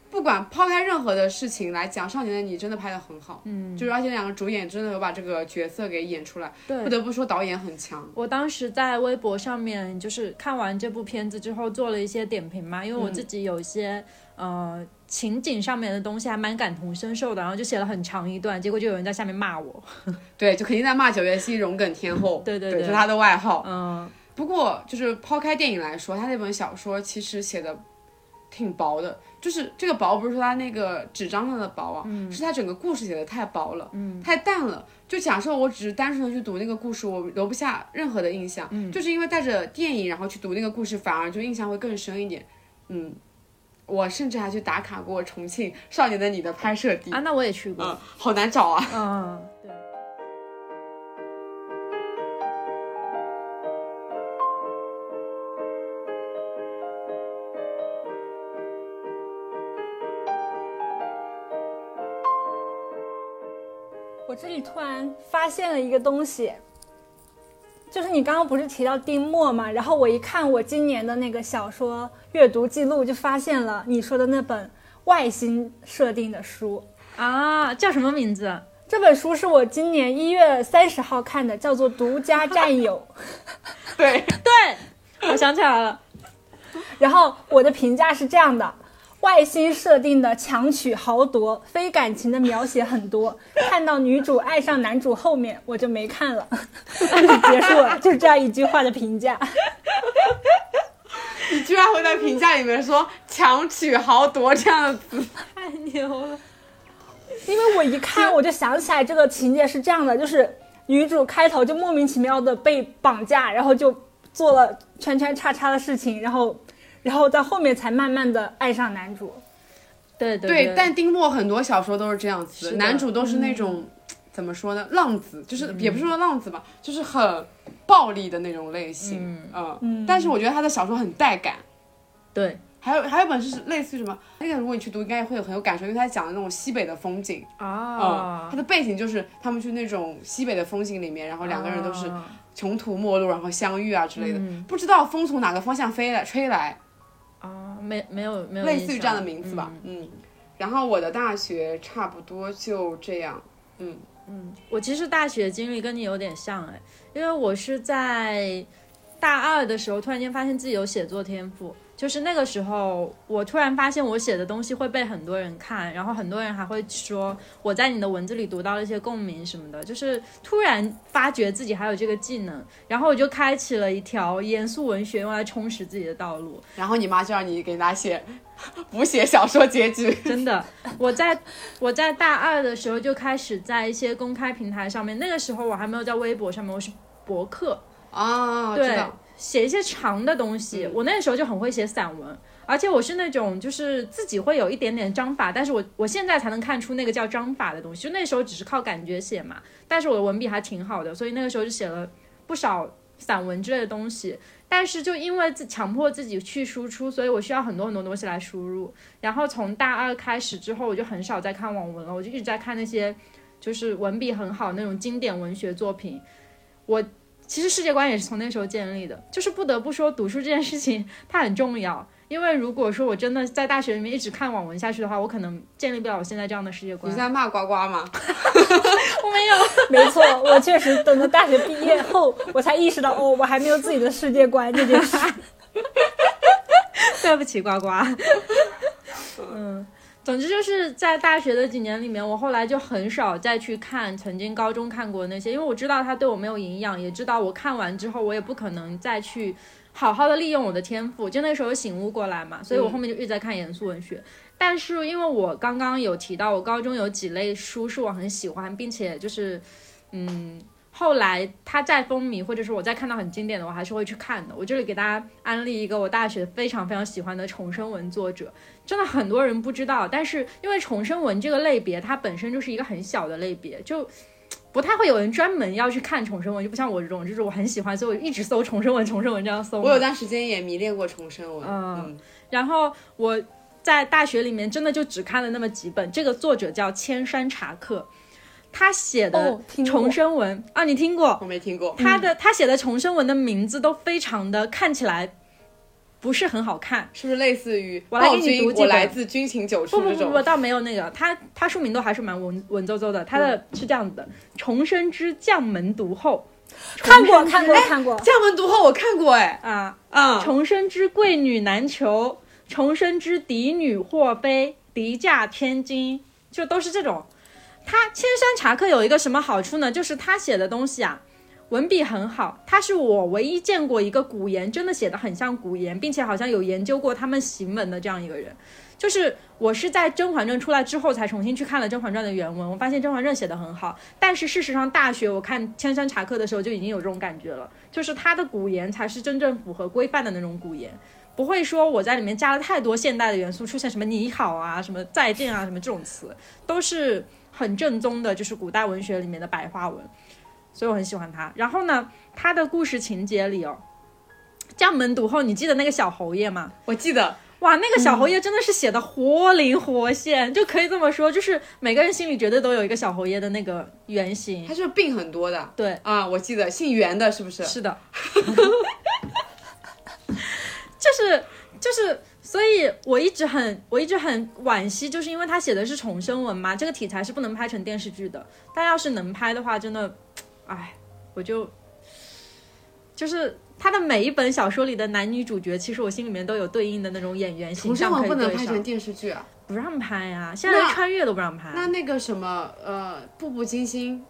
不管抛开任何的事情来讲，《少年的你》真的拍的很好，
嗯，
就是而且两个主演真的有把这个角色给演出来，
对
不。得不说导演很强。
我当时在微博上面就是看完这部片子之后做了一些点评嘛，因
嗯
为我自己有一些、呃情景上面的东西还蛮感同身受的，然后就写了很长一段，结果就有人在下面骂我。
对，就肯定在骂九月溪荣梗天后，
对对
对
对
是他的外号。
嗯，
不过就是抛开电影来说，他那本小说其实写的挺薄的，就是这个薄不是说他那个纸张上的薄啊，
嗯
是他整个故事写的太薄了，太淡了。就假设我只是单纯的去读那个故事，我留不下任何的印象，
嗯
就是因为带着电影然后去读那个故事，反而就印象会更深一点。嗯，我甚至还去打卡过重庆《少年的你》的拍摄地，
啊，那我也去过。
嗯，好难找啊。
嗯，对。
我这里突然发现了一个东西，就是你刚刚不是提到丁墨嘛？然后我一看我今年的那个小说阅读记录，就发现了你说的那本外星设定的书。
啊，叫什么名字？
这本书是我今年一月三十号看的，叫做《独家战友》。
对，
对，我想起来
(laughs)
了。
然后我的评价是这样的：外星设定的强取豪夺，非感情的描写很多。看到女主爱上男主后面，我就没看了，就是结束了，就是这样一句话的评价。
你居然会在评价里面说“强取豪夺”这样的词。
太牛了！
因为我一看我就想起来这个情节是这样的，就是女主开头就莫名其妙的被绑架，然后就做了圈圈叉叉的事情，然后然后到后面才慢慢的爱上男主。
对对
对，但丁墨很多小说都是这样子
是的
男主都是那种、怎么说呢，浪子，就是、也不是说浪子吧，就是很暴力的那种类型，嗯，但是我觉得他的小说很带感。
对
还有还有一本是类似于什么？那个如果你去读，应该会有很有感受，因为他讲的那种西北的风景，嗯，
啊
它，的背景就是他们去那种西北的风景里面，然后两个人都是
啊
穷途末路，然后相遇啊之类的，
嗯
不知道风从哪个方向飞来吹来，
啊，没没有没有
类似于
印
这样的
象
名字吧，嗯。然后我的大学差不多就这样，
我其实大学经历跟你有点像哎，因为我是在大二的时候突然间发现自己有写作天赋，就是那个时候我突然发现我写的东西会被很多人看，然后很多人还会说我在你的文字里读到了一些共鸣什么的，就是突然发觉自己还有这个技能，然后我就开启了一条严肃文学用来充实自己的道路。
然后你妈就让你给她写补写小说结局，
真的，我在我在大二的时候就开始在一些公开平台上面，那个时候我还没有在微博上面，我是博客，
啊，知
对
道，，嗯
写一些长的东西。我那个时候就很会写散文，而且我是那种就是自己会有一点点章法，但是我我现在才能看出那个叫章法的东西。就那时候只是靠感觉写嘛，但是我的文笔还挺好的，所以那个时候就写了不少散文之类的东西。但是就因为自强迫自己去输出，所以我需要很多很多东西来输入。然后从大二开始之后，我就很少再看网文了，我就一直在看那些就是文笔很好那种经典文学作品。我其实世界观也是从那时候建立的，就是不得不说读书这件事情它很重要，因为如果说我真的在大学里面一直看网文下去的话，我可能建立不了我现在这样的世界
你
观
是。在骂呱呱吗？
我没有，
(laughs) 没错，我确实等到大学毕业后，我才意识到哦，我还没有自己的世界观这件事。
(laughs) 对不起，呱呱。嗯，总之就是在大学的几年里面，我后来就很少再去看曾经高中看过的那些，因为我知道它对我没有营养，也知道我看完之后我也不可能再去好好的利用我的天赋。就那时候醒悟过来嘛，所以我后面就一直在看严肃文学。但是因为我刚刚有提到，我高中有几类书是我很喜欢，并且就是嗯。后来它再风靡，或者是我再看到很经典的，我还是会去看的。我这里给大家安利一个我大学非常非常喜欢的重生文作者，真的很多人不知道，但是因为重生文这个类别，它本身就是一个很小的类别，就。不太会有人专门要去看重生文，就不像我这种，就是我很喜欢，所以我一直搜重生文、重生文这样搜嘛。
我有段时间也迷恋过重生文，
嗯然后我在大学里面真的就只看了那么几本。这个作者叫千山茶客，他写的
哦听过
重生文、啊，你听过？
我没听过，
他
嗯
的他写的重生文的名字都非常的看起来不是很好看。
是不是类似于
我来
暴
给你读
君
几
我
本
来自军情九
不
处
不
这
不
种
不，？倒没有那个，他他书名都还是蛮文文绉绉的。他
嗯
的是这样子的：重生之将门毒后，
看
哎
过，看过，看过。
将门毒后我看过哎，
啊，
嗯，
重生之贵女难求，重生之嫡女祸妃，嫡嫁天津，就都是这种。他千山茶客有一个什么好处呢？就是他写的东西啊，文笔很好。他是我唯一见过一个古言真的写的很像古言，并且好像有研究过他们行文的这样一个人。就是我是在《甄嬛传》出来之后才重新去看了《甄嬛传》的原文，我发现《甄嬛传》写的很好，但是事实上大学我看《千山茶客》的时候就已经有这种感觉了，就是他的古言才是真正符合规范的那种古言，不会说我在里面加了太多现代的元素，出现什么你好啊、什么再见啊、什么这种词，都是很正宗的，就是古代文学里面的白话文，所以我很喜欢他。然后呢，他的故事情节里哦，将门读后，你记得那个小侯爷吗？
我记得
哇，那个小侯爷真的是写的活灵活现，就可以这么说，就是每个人心里绝对都有一个小侯爷的那个原型
他。是病很多的，
对，
啊，我记得姓袁的是不是？
是的， (laughs) 就是就是，所以我一直很我一直很惋惜，就是因为他写的是重生文嘛，这个题材是不能拍成电视剧的。但要是能拍的话，真的，哎，我就就是他的每一本小说里的男女主角，其实我心里面都有对应的那种演员形
重生
象啊
文
可以
不能
对
拍
上
成电视剧啊。
不让拍呀、现在
那
连穿越都不让拍，
那那个什么，呃，步步惊心，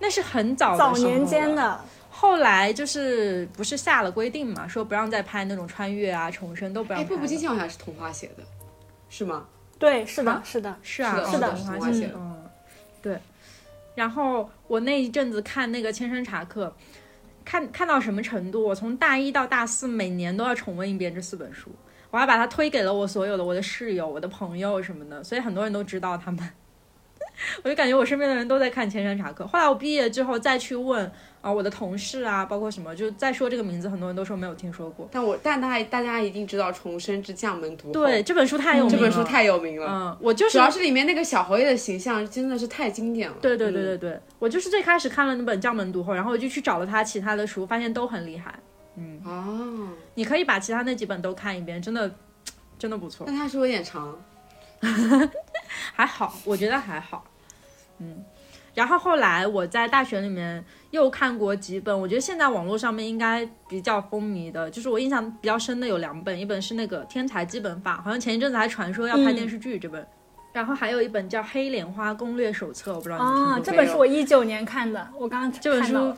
那是很早的
早
时候
年间
了。
的，
后来就是不是下了规定嘛，说不让再拍那种穿越啊、重生都不让
哎，
拍了。
步步惊心好像是童话写的，是吗？
对，是
啊
的，是的，
是啊，
是
的是
哦董
的
华
是
姐
的
嗯，对。然后我那一阵子看那个《千山茶客》，看看到什么程度？我从大一到大四，每年都要重温一遍这四本书。我还把它推给了我所有的我的室友、我的朋友什么的，所以很多人都知道他们。 (laughs) 我就感觉我身边的人都在看《千山茶客》。后来我毕业之后再去问啊，我的同事啊，包括什么，就再说这个名字，很多人都说没有听说过。
但我但大大家一定知道《重生之将门毒后》，
对，这本书太有名
嗯
了，
这本书太有名了。
嗯，我就是
主要是里面那个小侯爷的形象真的是太经典了。
对对对对对，我就是最开始看了那本《将门毒后》，然后我就去找了他其他的书，发现都很厉害。嗯，
哦，
你可以把其他那几本都看一遍，真的真的不
嗯
错。
但它是有点长。
还好，我觉得还好，嗯。然后后来我在大学里面又看过几本，我觉得现在网络上面应该比较风靡的，就是我印象比较深的有两本，一本是那个《天才基本法》，好像前一阵子还传说要拍电视剧这本，然后还有一本叫《黑莲花攻略手册》，我不知道你们听过没
啊，
有。
这本是我一九年看的，我刚刚
这本
看到
书
了，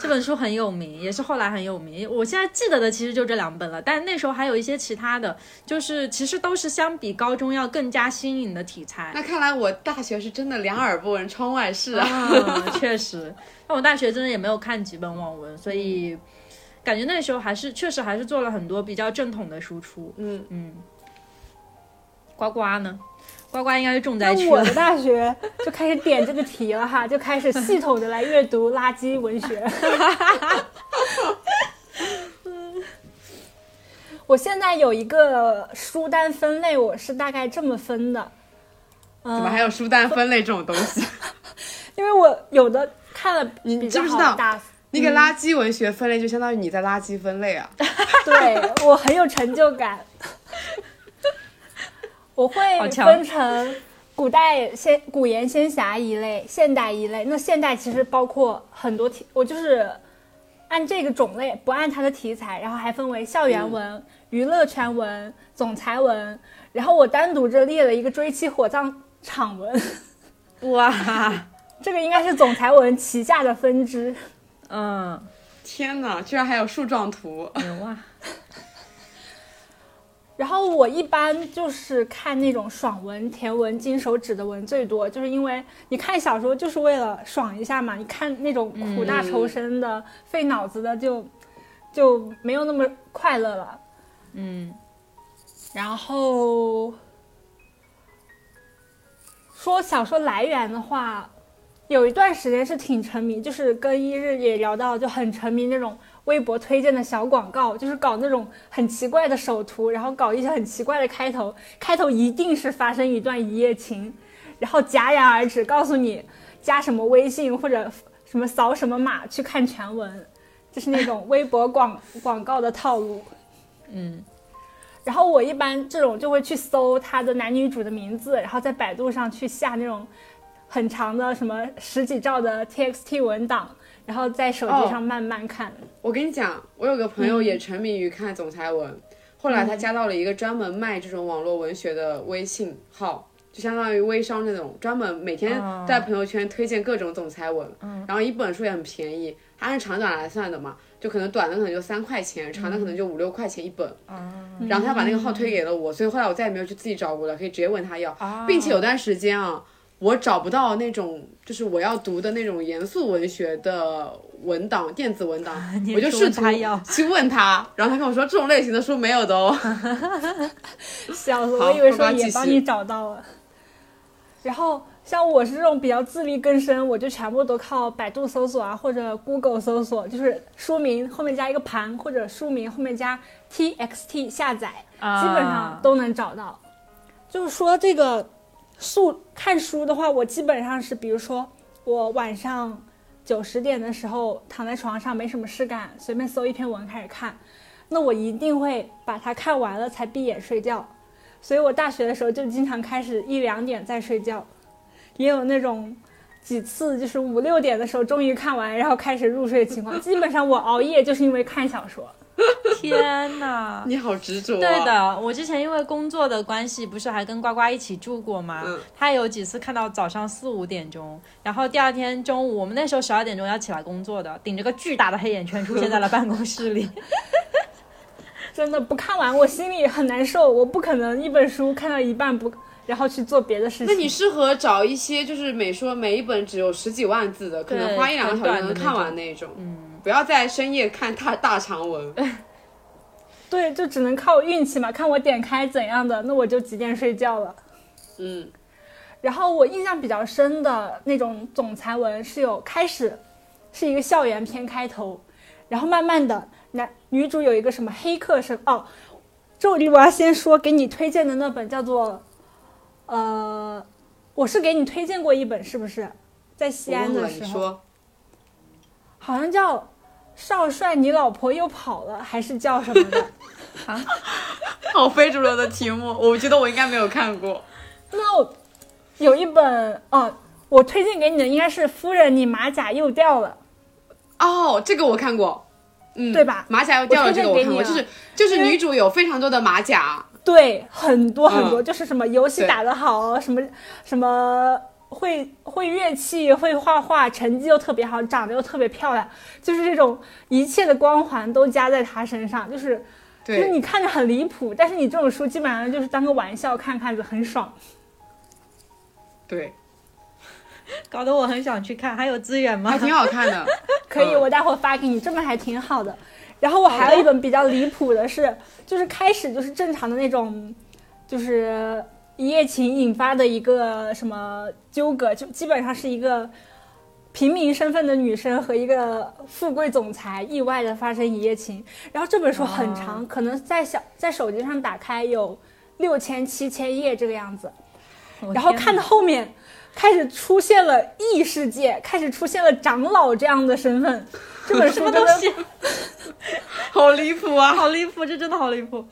这本书很有名，也是后来很有名。我现在记得的其实就这两本了，但那时候还有一些其他的，就是其实都是相比高中要更加新颖的题材。
那看来我大学是真的两耳不闻窗外事啊。
啊，确实。那我大学真的也没有看几本网文，所以感觉那时候还是确实还是做了很多比较正统的输出。
嗯，
嗯，呱呱呢？呱呱应该是重灾
那
区
我
了。
的大学就开始点这个题了哈，就 (laughs) 开始系统的来阅读垃圾文学。 (laughs) 我现在有一个书单分类，我是大概这么分的，
怎么
嗯，
还有书单分类这种东
嗯
西？
因为我有的看了
你
比
知
较
不知
好
道
打
那个垃圾文学分类就相当于你在垃圾分类啊。
对我很有成就感。我
好
会
强
分成古代仙、古言仙侠一类，现代一类。那现代其实包括很多题，我就是按这个种类，不按它的题材，然后还分为校园文、
嗯
娱乐圈文、总裁文。然后我单独这列了一个追妻火葬场文，
哇，
这个应该是总裁文旗下的分支。
嗯，
天哪，居然还有树状图！
牛啊！
然后我一般就是看那种爽文、甜文、金手指的文最多，就是因为你看小说就是为了爽一下嘛。你看那种苦大仇深的、费脑子的就，就没有那么快乐了。
嗯，
然后说小说来源的话，有一段时间是挺沉迷，就是跟一日也聊到，就很沉迷那种微博推荐的小广告，就是搞那种很奇怪的首图，然后搞一些很奇怪的开头，开头一定是发生一段一夜情，然后戛然而止，告诉你加什么微信或者什么扫什么码去看全文，就是那种微博广广告的套路。
嗯，
然后我一般这种就会去搜他的男女主的名字，然后在百度上去下那种很长的什么十几兆的 TXT 文档，然后在手机上慢慢看。
我跟你讲，我有个朋友也沉迷于看总裁文，后来他加到了一个专门卖这种网络文学的微信号，就相当于微商那种，专门每天
哦
在朋友圈推荐各种总裁文，然后一本书也很便宜，它按长短来算的嘛，就可能短的可能就三块钱，长的可能就五六块钱一本。
嗯
然后他把那个号推给了我，所以后来我再也没有去自己找过了，可以直接问他要。
哦
并且有段时间啊，我找不到那种就是我要读的那种严肃文学的文档，电子文档
(laughs) 你，
我就
去
试
问
图
他要
去问他，然后他跟我说这种类型的书没有的哦。 (laughs)
笑死我！
好
我以为
呱
说
呱继
也
续
帮你找到了。然后像我是这种比较自力更生，我就全部都靠百度搜索啊，或者 Google 搜索，就是书名后面加一个盘，或者书名后面加 txt 下载，
啊
基本上都能找到。就是说这个速看书的话，我基本上是，比如说我晚上九十点的时候躺在床上没什么事干，随便搜一篇文开始看，那我一定会把它看完了才闭眼睡觉。所以我大学的时候就经常开始一两点再睡觉，也有那种几次就是五六点的时候终于看完，然后开始入睡的情况。基本上我熬夜就是因为看小说。
天哪！
你好执着、啊。
(laughs) 对。的，我之前因为工作的关系，不是还跟呱呱一起住过吗？
嗯
他有几次看到早上四五点钟，然后第二天中午，我们那时候十二点钟要起来工作的，顶着个巨大的黑眼圈出现在了办公室里。 (laughs)
真的不看完，我心里很难受。我不可能一本书看到一半不，然后去做别的事情。
那你适合找一些就是每说每一本只有十几万字的，可能
对
花一两个小
很
时
短的
能看完
那
那种。嗯。不要在深夜看大大长文。
对，就只能靠运气嘛，看我点开怎样的，那我就几点睡觉了。 (laughs)
嗯，
然后我印象比较深的那种总裁文是有开始是一个校园片开头，然后慢慢的男女主有一个什么黑客是哦，这里我要先说给你推荐的那本叫做呃，我是给你推荐过一本是不是？在西安的
我
时
你
候，
说
好像叫少帅你老婆又跑了还是叫什么的。 (laughs)
好哦非主流的题目，我觉得我应该没有看过。
那我有一本哦，我推荐给你的应该是《夫人，你马甲又掉了》。
哦，这个我看过，嗯，
对吧
马甲又掉了，
我推
这
荐
个我看过，
给
就
你
是
啊
就是女主有非常多的马甲，
对，很多很多，
嗯
就是什么游戏
对
打得好，什么什么会会乐器、会画画，成绩又特别好，长得又特别漂亮，就是这种一切的光环都加在她身上，就是就是
对，
你看着很离谱，但是你这种书基本上就是当个玩笑看看就很爽。
对，
搞得我很想去看，还有资源吗
还？挺好
(laughs)
看的。
可以，
嗯
我待会儿发给你，这本还挺好的。然后我还有一本比较离谱的是，就是开始就是正常的那种，就是一夜情引发的一个什么纠葛，就基本上是一个平民身份的女生和一个富贵总裁意外的发生一夜情。然后这本书很长，可能在小在手机上打开有六千七千页这个样子。
我
然后
天
看
哪
到后面，开始出现了异世界，开始出现了长老这样的身份。这
(laughs)
本
什
书
么
真
东
的
西，
好离谱啊！
(laughs) 好离谱，这真的好离谱。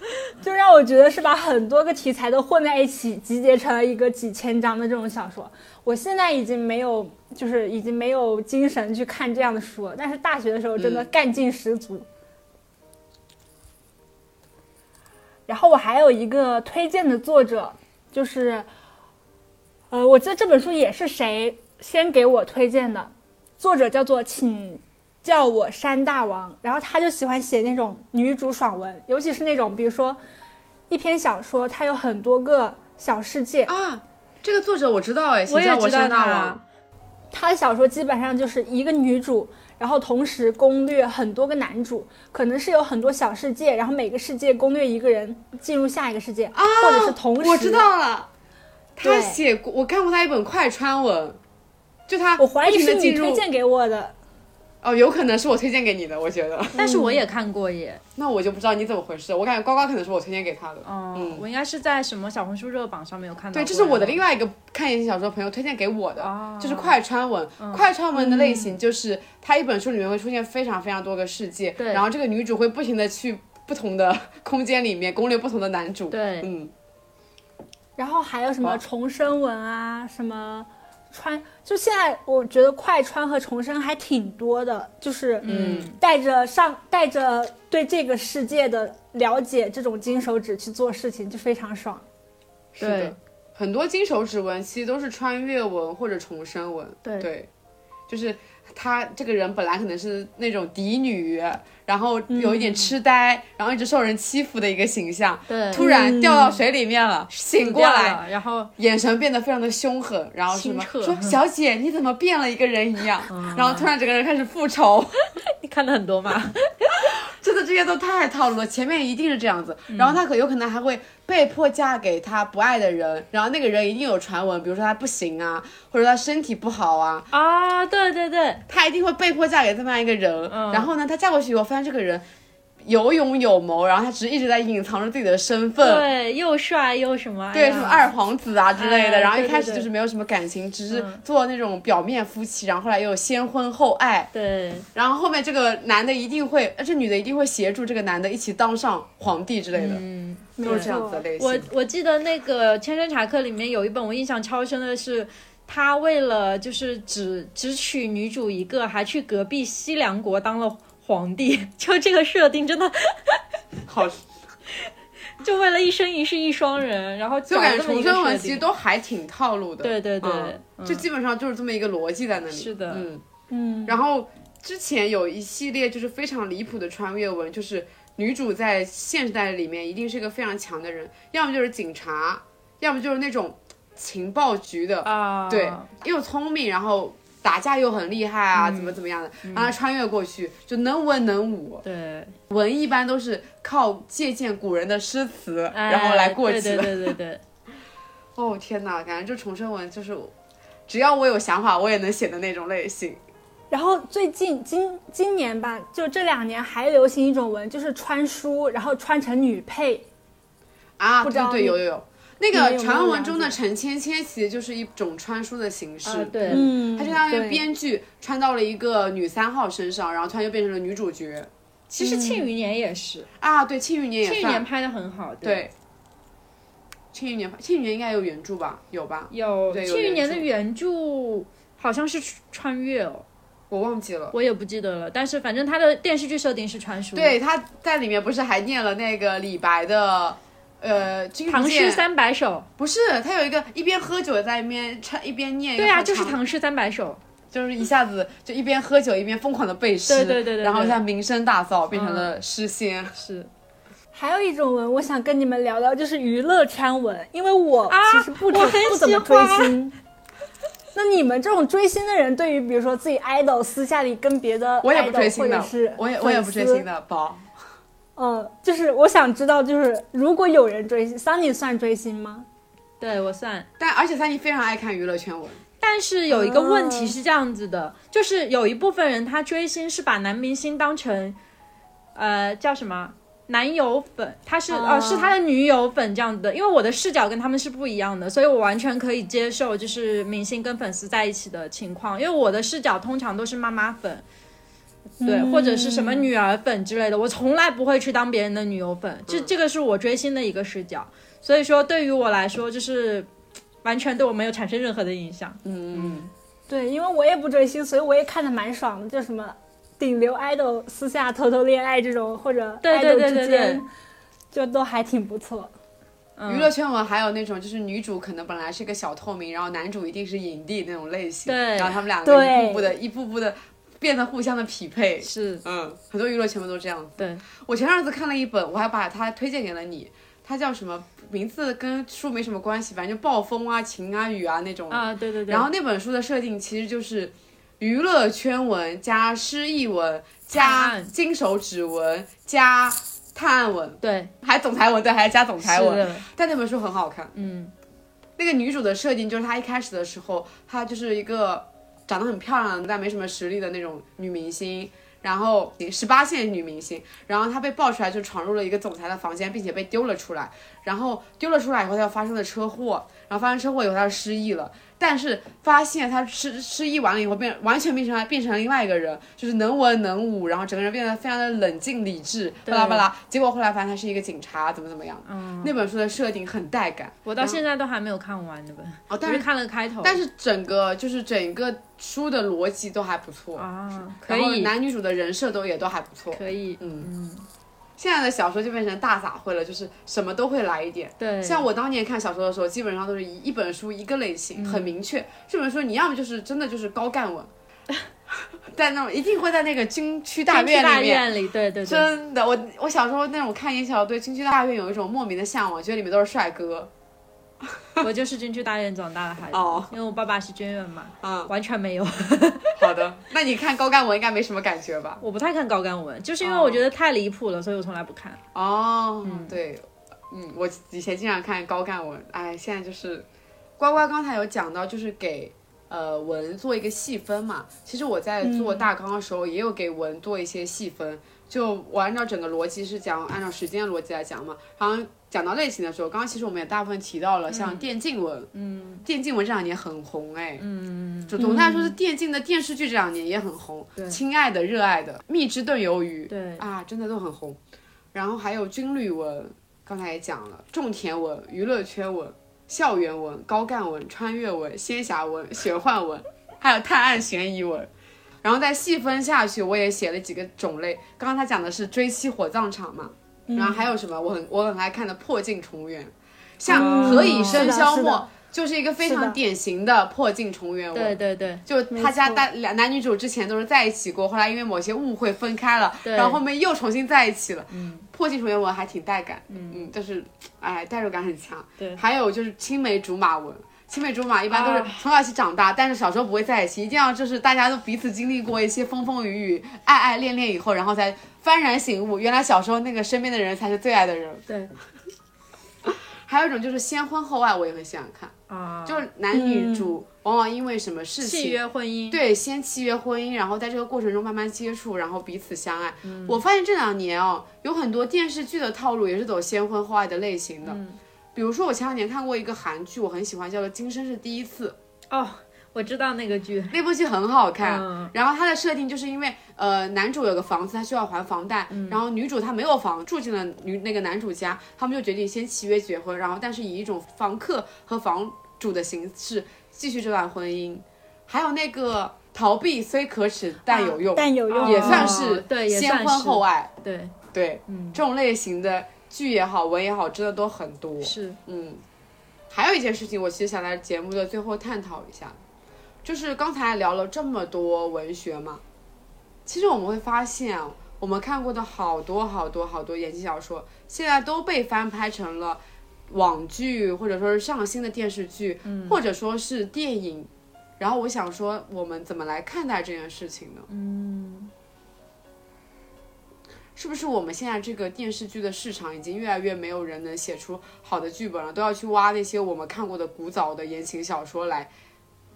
就让我觉得是把很多个题材都混在一起，集结成了一个几千章的这种小说。我现在已经没有，就是已经没有精神去看这样的书了。但是大学的时候真的
嗯
干劲十足。然后我还有一个推荐的作者，就是，呃，我记得这本书也是谁先给我推荐的，作者叫做请叫我山大王，然后他就喜欢写那种女主爽文，尤其是那种比如说一篇小说，它有很多个小世界，
啊，这个作者我知道哎，
我
请
也
叫我
知道
山大
他
王。，
他的小说基本上就是一个女主，然后同时攻略很多个男主，可能是有很多小世界，然后每个世界攻略一个人进入下一个世界，或者是同时。
哦我知道了，他
对
写过，我看过他一本快穿文，就他
我怀疑是
不
你
停地进入
推荐给我的，
哦，有可能是我推荐给你的，我觉得。
(laughs)
(laughs)
但是我也看过耶。
那我就不知道你怎么回事，我感觉呱呱可能是我推荐给他的。
哦、
嗯
我应该是在什么小红书热榜上面有看到过。
对，这是我的
然
另外一个看言情小说朋友推荐给我的，
哦
就是快穿文。
哦
快穿文的类
嗯
型就是它一本书里面会出现非常非常多个世界，
对
然后这个女主会不停的去不同的 (laughs) 空间里面攻略不同的男主。
后对，
嗯，
然后还有什
哦
么重生文啊，什么穿，就现在我觉得快穿和重生还挺多的，就是
嗯
带着上带着对这个世界的了解这种金手指去做事情就非常爽。
是
对
的，很多金手指文其实都是穿越文或者重生文。
对
就是他这个人本来可能是那种嫡女，然后有一点痴呆，然后一直受人欺负的一个形象，
嗯对，
突然掉到水里面了，醒
死
过
掉
来。
了，然后
眼神变得非常的凶狠，然后什么
清澈啊
说小姐你怎么变了一个人一
(laughs)
样，然后突然整个人开始复仇，
你看的很多嘛，
真的这些都太套路了，前面一定是这样子，
嗯
然后她可有可能还会被迫嫁给她不爱的人，然后那个人一定有传闻，比如说她不行啊，或者她身体不好啊，
啊，对对对，
她一定会被迫嫁给这么样一个人，
嗯
然后呢，她嫁过去以后发现这个人。有勇有谋，然后她只是一直在隐藏着自己的身份，
对，又帅又什么，哎
对，
呀
什么二皇子啊之类的，
哎
然后一
对对
开始
对
就是没有什么感情，只是
嗯
做那种表面夫妻，然后后来又先婚后爱，
对，
然后后面这个男的一定会，呃，这女的一定会协助这个男的一起当上皇帝之类的，
嗯，
都是这样子的类型。
我我记得那个《千真查克》里面有一本我印象超深的是，他为了就是只只娶女主一个，还去隔壁西凉国当了皇帝， (laughs) 就这个设定真的
(laughs) 好，
就为了一生一世一双人，然后
就
就
感觉重生文其实都还挺套路的，
对对对
嗯
嗯
就基本上就是这么一个逻辑在那里。
是的
嗯。
嗯，
然后之前有一系列就是非常离谱的穿越文，就是女主在现代里面一定是一个非常强的人，要么就是警察，要么就是那种情报局的，
啊，
对，又聪明，然后打架又很厉害
嗯
啊，怎么怎么样的，让他穿越过去，就能文能武。
对，
文一般都是靠借鉴古人的诗词，然后来过
哎
去
对
的。
对对对
(laughs)
对，
哦天哪，感觉这重生文就是，只要我有想法，我也能写的那种类型。
然后最近今今年吧，就这两年还流行一种文，就是穿书，然后穿成女配。
啊，
不知
对
道
对，
你
有有有，那
们有没
个
有
传闻
了
中的
解
陈芊芊其实就是一种穿书的形式，
啊对
嗯
它就相当于
对
编剧穿到了一个女三号身上，然后突然就变成了女主角
其实《庆余年》也是，
啊，对，《庆余年》
《庆
也
余年》
算
拍的很好，对。
对，《庆余年》《庆余年》应该有原著吧？有吧？
有
对
《
有
庆余
原
年》的
著
原著好像是穿越哦，
我忘记了。
我也不记得了，但是反正它的电视剧设定是穿书。，
对，他在里面不是还念了那个李白的，呃，《
《
君不
唐诗
见》
三百首》。
不是，他有一个一边喝酒在一边唱，一边念一个
对啊，
很
就是《
长
唐诗三百首
就是一下子就一边喝酒一边疯狂的背诗，
对对对对嗯
然后一下名声大噪，变成了诗仙。》
是
还有一种文，我想跟你们聊聊，就是娱乐圈文，因为我
啊
其实不怎、
我很
不怎么
喜
追
欢
星。那你们这种追星的人，对于比如说自己 idol 私下里跟别的 idol
我也不追
或
星
者
的
是，
我也我也不追星
的，
的，宝。
嗯，就是我想知道，就是如果有人追星，Sunny 算追星吗？
对我算。
但而且三妮非常爱看娱乐圈文，
但是有一个问题
哦
是这样子的，就是有一部分人他追星是把男明星当成，呃，叫什么男友粉，他是、呃
哦
是他的女友粉这样子的。因为我的视角跟他们是不一样的，所以我完全可以接受就是明星跟粉丝在一起的情况，因为我的视角通常都是妈妈粉。对，
嗯
或者是什么女儿粉之类的，我从来不会去当别人的女友粉，这
嗯
这个是我追星的一个视角，所以说对于我来说，就是完全对我没有产生任何的影响。
嗯，
对，因为我也不追星，所以我也看的蛮爽的，就什么顶流 idol 私下偷偷恋爱这种，或者 idol 之间
对对对对对，
就都还挺不错。
嗯
娱乐圈文还有那种就是女主可能本来是个小透明，然后男主一定是影帝那种类型，
对
然后他们两个一
对
步步的一步步的变得互相的匹配。
是
嗯，很多娱乐圈文都这样子。
对，
我前阵子看了一本，我还把它推荐给了你，它叫什么名字跟书没什么关系，反正就暴风啊、晴啊、雨啊那种
啊，对对对，
然后那本书的设定其实就是娱乐圈文加诗意文加
案
金手指纹加探案文，
对
还总裁文对，还加总裁
是
文。
的，
但那本书很好看。
嗯
那个女主的设定就是她一开始的时候，她就是一个长得很漂亮但没什么实力的那种女明星。然后十八线女明星，然后她被爆出来就闯入了一个总裁的房间，并且被丢了出来。然后丢了出来以后，她又发生了车祸，然后发生车祸以后她失忆了。但是发现她失失忆完了以后变完全变成了变成了另外一个人，就是能文能武，然后整个人变得非常的冷静理智，巴拉巴拉。结果后来发现她是一个警察，怎么怎么样。
嗯，
那本书的设定很带感，
我到现在都还没有看完那本，
哦，
我
但
是
是
看了开头，
但是整个就是整个书的逻辑都还不错，
啊，可
然后
以
男女主的人设都也都还不错。
可以，
嗯，
嗯，
现在的小说就变成大杂烩了，就是什么都会来一点。
对，
像我当年看小说的时候，基本上都是一一本书一个类
嗯
型，很明确。这本书你要么就是真的就是高干
(laughs)
文，在那种一定会在那个军区大
大
院
大
里面。
院里，对对对，
真的，我我小时候那种看言情小说，对军区大院有一种莫名的向往，觉得里面都是帅哥。
我就是军区大院长大的孩子，
哦，
因为我爸爸是军人嘛，
嗯，
完全没有。
好的， (laughs) 那你看高干文应该没什么感觉吧？
我不太看高干文，就是因为
哦
我觉得太离谱了，所以我从来不看。
哦，对，嗯，我以前经常看高干文，哎，现在就是呱呱刚才有讲到，就是给呃文做一个细分嘛。其实我在做大纲的时候，也有给文做一些细分，就我按照整个逻辑是讲，按照时间的逻辑来讲嘛。然后讲到类型的时候，刚刚其实我们也大部分提到了，像电竞文，嗯，电竞文这两年很红，哎，嗯，就总的来说是电竞的电视剧这两年也很红，
对
亲爱的、热爱的、蜜汁炖鱿鱼，
对，
啊，真的都很红。然后还有军旅文，刚才也讲了，种田文、娱乐圈文、校园文、高干文、穿越文、仙侠文、玄幻文，还有探案悬疑文。然后再细分下去，我也写了几个种类。刚刚他讲的是追妻火葬场嘛，
嗯
然后还有什么？我很我很爱看的《破镜重圆》，像《何以
哦
笙
是的
箫
是
默
的》
就是一个非
是
常
的
典型的破镜重圆文。
对对对，
就他家
没错
单两男女主之前都是在一起过，后来因为某些误会分开了，
对
然后后面又重新在一起了。嗯，破镜重圆文还挺带感，嗯嗯，但是哎代入感很强。
对啊
还有就是青梅竹马文，青梅竹马一般都是从小一起长大，但是小时候不会在一起，一定要就是大家都彼此经历过一些风风雨雨、爱爱恋恋以后，然后才幡然醒悟，原来小时候那个身边的人才是最爱的人。
对
(laughs) 还有一种就是先婚后爱，我也很喜欢看，
啊，
就是男女主往往因为什么事情
契约婚姻，
对，先契约婚姻，然后在这个过程中慢慢接触，然后彼此相爱。我发现这两年哦，有很多电视剧的套路也是走先婚后爱的类型的。比如说，我前两年看过一个韩剧，我很喜欢，叫做《今生是第一次》，
哦，我知道那个剧，
那部剧很好看。
嗯
然后它的设定就是因为，呃，男主有个房子，他需要还房贷，
嗯
然后女主她没有房，住进了女那个男主家，他们就决定先契约结婚，然后但是以一种房客和房主的形式继续这段婚姻。还有那个逃避虽可耻但有用，
但有用啊
也
哦
算是
对也
先
算
婚
是
后爱，
对，
对，
嗯，
这种类型的剧也好，文也好，真的都很多。
是
嗯，还有一件事情，我其实想在节目的最后探讨一下，就是刚才聊了这么多文学嘛，其实我们会发现啊，我们看过的好多好多好多言情小说，现在都被翻拍成了网剧，或者说是上新的电视剧，或者说是电影。然后我想说，我们怎么来看待这件事情呢？嗯，是不是我们现在这个电视剧的市场已经越来越没有人能写出好的剧本了，啊都要去挖那些我们看过的古早的言情小说来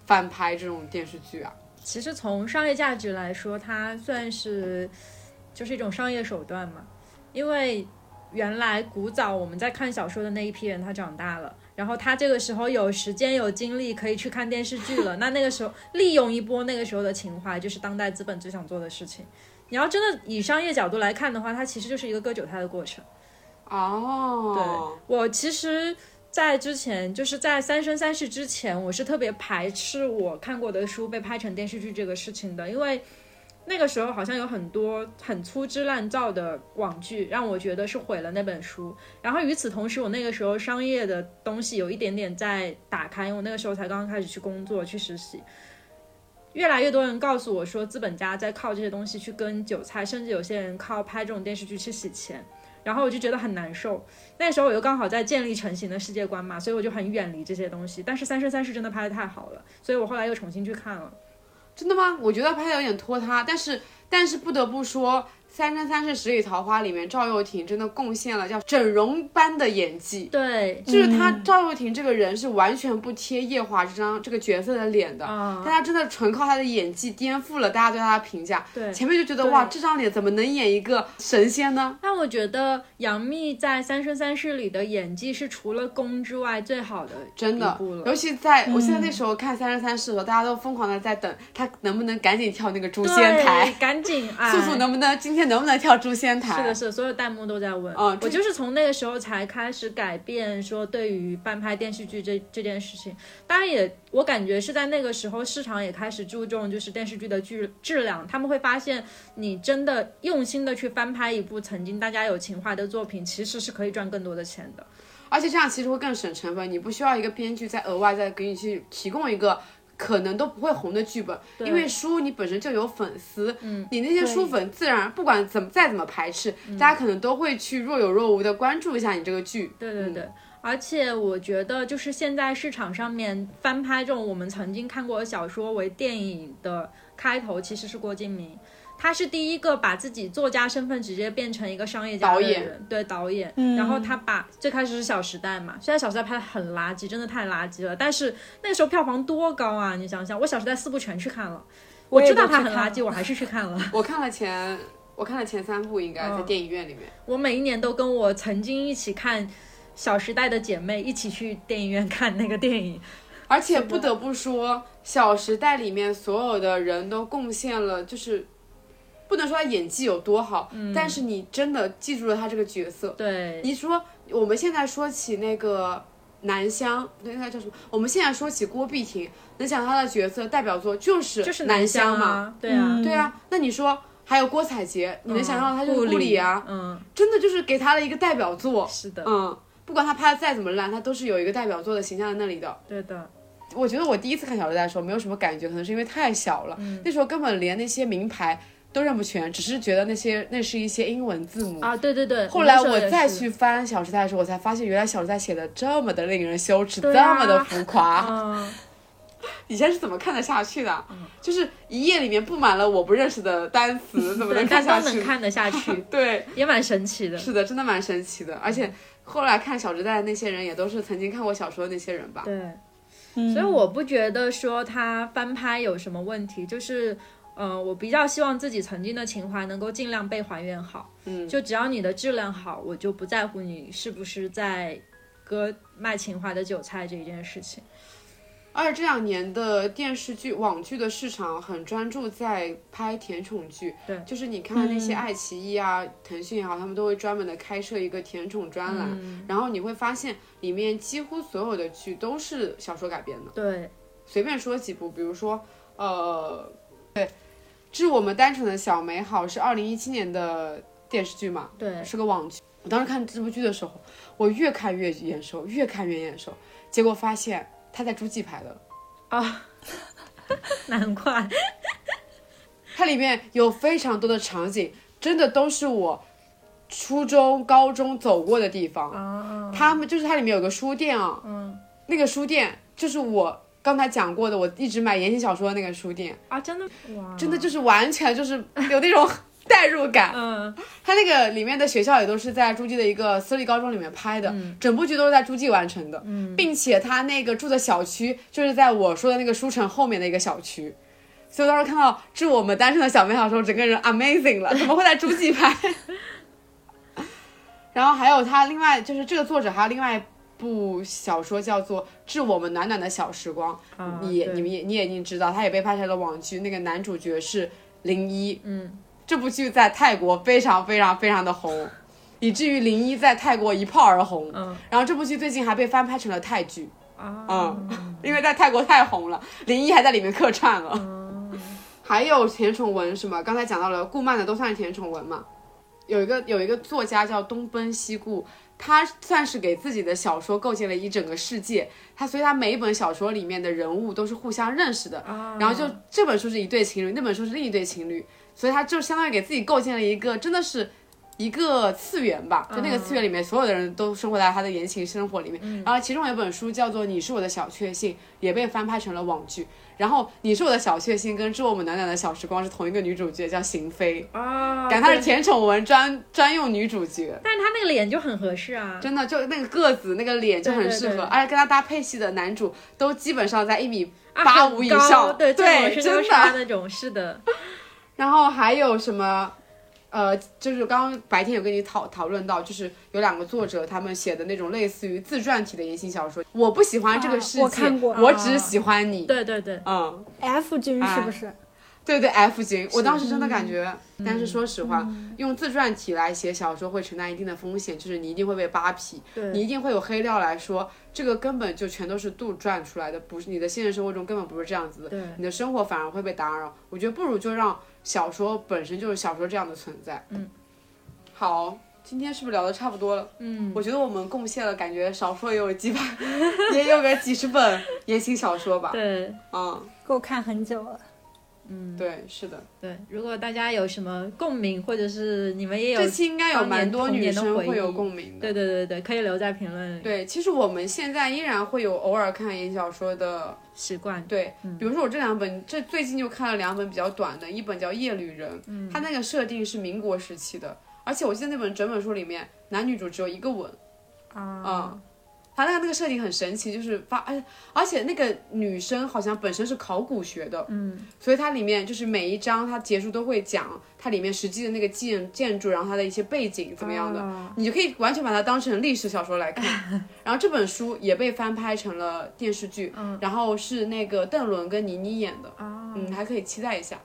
翻拍这种电视剧啊？
其实从商业价值来说，它算是就是一种商业手段嘛。因为原来古早我们在看小说的那一批人，他长大了，然后他这个时候有时间有精力可以去看电视剧了，那那个时候利用一波那个时候的情怀，就是当代资本最想做的事情。你要真的以商业角度来看的话，它其实就是一个割韭菜的过程。
哦，
我其实，在之前就是在《三生三世》之前，我是特别排斥我看过的书被拍成电视剧这个事情的，因为那个时候好像有很多很粗制滥造的网剧，让我觉得是毁了那本书。然后与此同时，我那个时候商业的东西有一点点在打开，因为我那个时候才刚刚开始去工作去实习。越来越多人告诉我说，资本家在靠这些东西去跟韭菜，甚至有些人靠拍这种电视剧去洗钱，然后我就觉得很难受。那时候我又刚好在建立成型的世界观嘛，所以我就很远离这些东西。但是《三生三世》真的拍的太好了，所以我后来又重新去看了。
真的吗？我觉得拍的有点拖沓，但是但是不得不说，《三生三世十里桃花》里面赵又廷真的贡献了叫整容般的演技。
对，
就是他赵又廷这个人是完全不贴夜华这张这个角色的脸的，
啊
但他真的纯靠他的演技颠覆了大家对他的评价。
对
前面就觉得哇，
对
这张脸怎么能演一个神仙呢？
但我觉得杨幂在《三生三世》里的演技是除了宫之外最好的
真的
一部，了
尤其在我记得那时候看《三生三世》的时候，大家都疯狂的在等他能不能赶紧跳那个诛仙台
对，，
(laughs)
赶紧哎，
素素能不能今天能不能跳诛仙台？
是的，是的，所有弹幕都在问。
嗯这
我就是从那个时候才开始改变说对于翻拍电视剧这这件事情。当然也，我感觉是在那个时候市场也开始注重就是电视剧的剧质量，他们会发现你真的用心的去翻拍一部曾经大家有情怀的作品，其实是可以赚更多的钱的。
而且这样其实会更省成本，你不需要一个编剧再额外再给你去提供一个。可能都不会红的剧本，因为书你本身就有粉丝，嗯，你那些书粉自然不管怎么再怎么排斥，
嗯
大家可能都会去若有若无的关注一下你这个
(laughs)
剧。
对对
嗯
对，而且我觉得就是现在市场上面翻拍这种我们曾经看过的小说为电影的开头，其实是郭敬明。他是第一个把自己作家身份直接变成一个商业家
导
的
演
人，对导演。
嗯
然后他把最开始是《小时代》嘛，虽然《小时代》拍的很垃圾，真的太垃圾了，但是那个时候票房多高啊！你想想，我《小时代》四部全去看了，我
也
知道
都
它
去
很
看
垃圾，我还是去看了。
我看了前，我看了前三部，应该
嗯
在电影院里面。
我每一年都跟我曾经一起看《小时代》的姐妹一起去电影院看那个电
(laughs)
影，
而且不得不说，《小时代》里面所有的人都贡献了，就是不能说他演技有多好，但是你真的记住了他这个角色。
对，
你说我们现在说起那个南湘，那个叫什么？我们现在说起郭碧婷，能想到他的角色代表作就是
就是
南
湘
嘛？
对啊，
对啊，那你说还有郭采洁，你能想到他就是
顾
顾里啊？，
嗯，
真的就是给他了一个代表作。
是的，
嗯，不管他拍的再怎么烂，他都是有一个代表作的形象在那里的。
对的，嗯
我觉得我第一次看《小时代》的时候没有什么感觉，可能是因为太小了，那时候根本连那些名牌都认不全，只是觉得那些那是一些英文字母。
啊，对对对。
后来
那时候
我
也
再
是
去翻《小时代》的时候，我才发现原来《小时代》写的这么的令人羞耻，
对
这
啊
么的浮夸。
嗯，
以前是怎么看得下去的？就是一页里面布满了我不认识的单
(laughs)
词，怎么能看
对，但
下
都能
去？，
看得下去
(laughs) 对，
也蛮神奇的。
是的，真的蛮神奇的。而且后来看《小时代》的那些人，也都是曾经看过小说的那些人吧？
对，
嗯
所以我不觉得说他翻拍有什么问题，就是。嗯，我比较希望自己曾经的情怀能够尽量被还原好。
嗯，
就只要你的质量好，我就不在乎你是不是在割卖情怀的韭菜这一件事情。
而且这两年的电视剧、网剧的市场很专注在拍甜宠剧，
对嗯
就是你看那些爱奇艺啊、腾讯也好，他们都会专门的开设一个甜宠专栏，
嗯
然后你会发现里面几乎所有的剧都是小说改编的，
对，
随便说几部，比如说，呃，对，《致我们单纯的小美好》是二零一七年的电视剧嘛，
对，
是个网剧。我当时看这部剧的时候，我越看越眼熟，越看越眼熟，结果发现他在诸暨拍的。
(laughs) 难怪。
它里面有非常多的场景，真的都是我初中、高中走过的地方。他们就是它里面有个书店啊，那个书店就是我刚才讲过的，我一直买言情小说的那个书店，
啊，真的哇，
真的就是完全就是有那种 (laughs) 代入感。
嗯，
它那个里面的学校也都是在诸暨的一个私立高中里面拍的，整部剧都是在诸暨完成的，并且他那个住的小区就是在我说的那个书城后面的一个小区。所以我当时看到《致我们单身的小美好》的时候，整个人 amazing 了，怎么会在诸暨拍？ (laughs) 然后还有他另外就是这个作者还有另外一部小说叫做《致我们暖暖的小时光》，
啊
你也
对
你们也你也已经知道，他也被拍成了网剧，那个男主角是林一，
嗯，
这部剧在泰国非常非常非常的红，以至于林一在泰国一炮而红。
嗯，
然后这部剧最近还被翻拍成了泰剧，
啊，
嗯，因为在泰国太红了，林一还在里面客串了。
嗯
还有甜宠文是吗？刚才讲到了顾漫的都算是甜宠文嘛。有一个有一个作家叫东奔西顾，他算是给自己的小说构建了一整个世界。他所以他每一本小说里面的人物都是互相认识的，
啊
然后就这本书是一对情侣，那本书是另一对情侣，所以他就相当于给自己构建了一个真的是一个次元吧，就那
嗯
个次元里面所有的人都生活在他的言情生活里面。然后其中有一本书叫做《你是我的小确幸》，也被翻拍成了网剧。然后《你是我的小确幸》跟《致我们暖暖的小时光》是同一个女主角，叫邢菲，
啊，
感觉她是
对
甜宠文专专用女主角。
但是他那个脸就很合适 (laughs) 啊，
真的就那个个子，那个脸就很
对对
适合，
对
而且跟他搭配戏的男主都基本上在一米
啊
八
很
五以
高
上，
对
对，
是
真的
他那种，是的，
然后还有什么？呃，就是刚刚白天有跟你讨讨论到，就是有两个作者他们写的那种类似于自传体的言情小说。我不喜欢这个
啊
世界，
我看过
我只喜欢你。
对对对，
嗯，
F 君是不是？
对对，F 君，我当时真的感觉，但是说实话，
嗯
用自传体来写小说会承担一定的风险，就是你一定会被扒皮，
对
你一定会有黑料来说，这个根本就全都是杜撰出来的，不是你的现实生活中根本不是这样子的，
对
你的生活反而会被打扰。我觉得不如就让小说本身就是小说这样的存在。嗯，好，今天是不是聊的差不多了？
嗯，
我觉得我们贡献了，感觉少说也有几百， (laughs) 也有个几十本 (laughs) 言情小说吧。
对
嗯，
够看很久了。
对，是的。
对。如果大家有什么共鸣，或者是你们也有
这，期应该有蛮多女生会有共鸣的。
对对对对，可以留在评论里。
对，其实我们现在依然会有偶尔看言情小说的，
习惯
对，比如说我这两本，这最近就看了两本比较短的，一本叫《夜旅人》，它那个设定是民国时期的，而且我记得那本整本书里面男女主只有一个吻，
啊
嗯，它那个那个设定很神奇，就是发，而而且那个女生好像本身是考古学的，嗯，所以它里面就是每一章它结束都会讲它里面实际的那个建建筑，然后它的一些背景怎么样的，你就可以完全把它当成历史小说来
(laughs)
看。然后这本书也被翻拍成了电视剧，
嗯
然后是那个邓伦跟倪妮演的，
哦
嗯，还可以期待一下。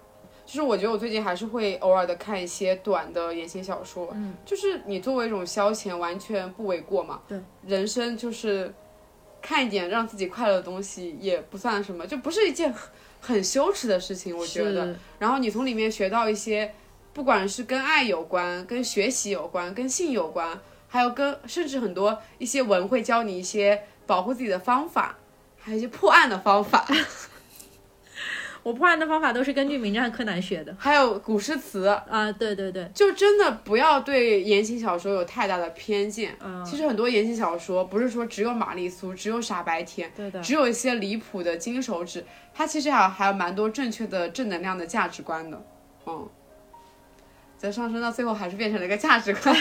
就是我觉得我最近还是会偶尔的看一些短的言情小说，嗯，就是你作为一种消遣，完全不为过嘛。
对，
人生就是看一点让自己快乐的东西，也不算什么，就不是一件很很羞耻的事情，我觉得。
是
然后你从里面学到一些，不管是跟爱有关、跟学习有关、跟性有关，还有跟甚至很多一些文会教你一些保护自己的方法，还有一些破案的方法。
我破案的方法都是根据名侦探柯南学
(laughs)
的
还有古诗词，
啊。对对对，
就真的不要对言情小说有太大的偏见。
嗯，
其实很多言情小说不是说只有玛丽苏，只有傻白甜，
对的，
只有一些离谱的金手指，它其实还有还有蛮多正确的正能量的价值观的。嗯，则上升到最后还是变成了一个价值
(laughs)
观。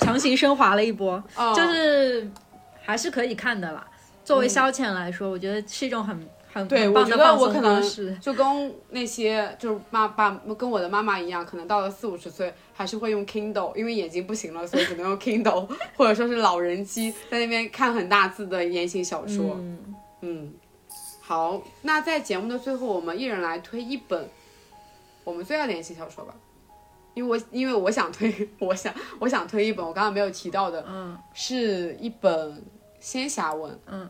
强行升华了一波，
哦
就是还是可以看的啦。作为消遣来说，我觉得是一种很很
对
很
我
棒
觉
的
得
放
我
松
可
方
能
式。
就跟那些就是妈爸跟我的妈妈一样，可能到了四五十岁还是会用 Kindle，因为眼睛不行了，所以只能用 Kindle 或者说是老人机，在那边看很大字的言情小说。
嗯，
嗯，好，那在节目的最后，我们一人来推一本我们最爱的言情小说吧。因为我因为我想推， (laughs) 我想我想推一本我刚刚没有提到的，
嗯，
是一本仙侠文，
嗯，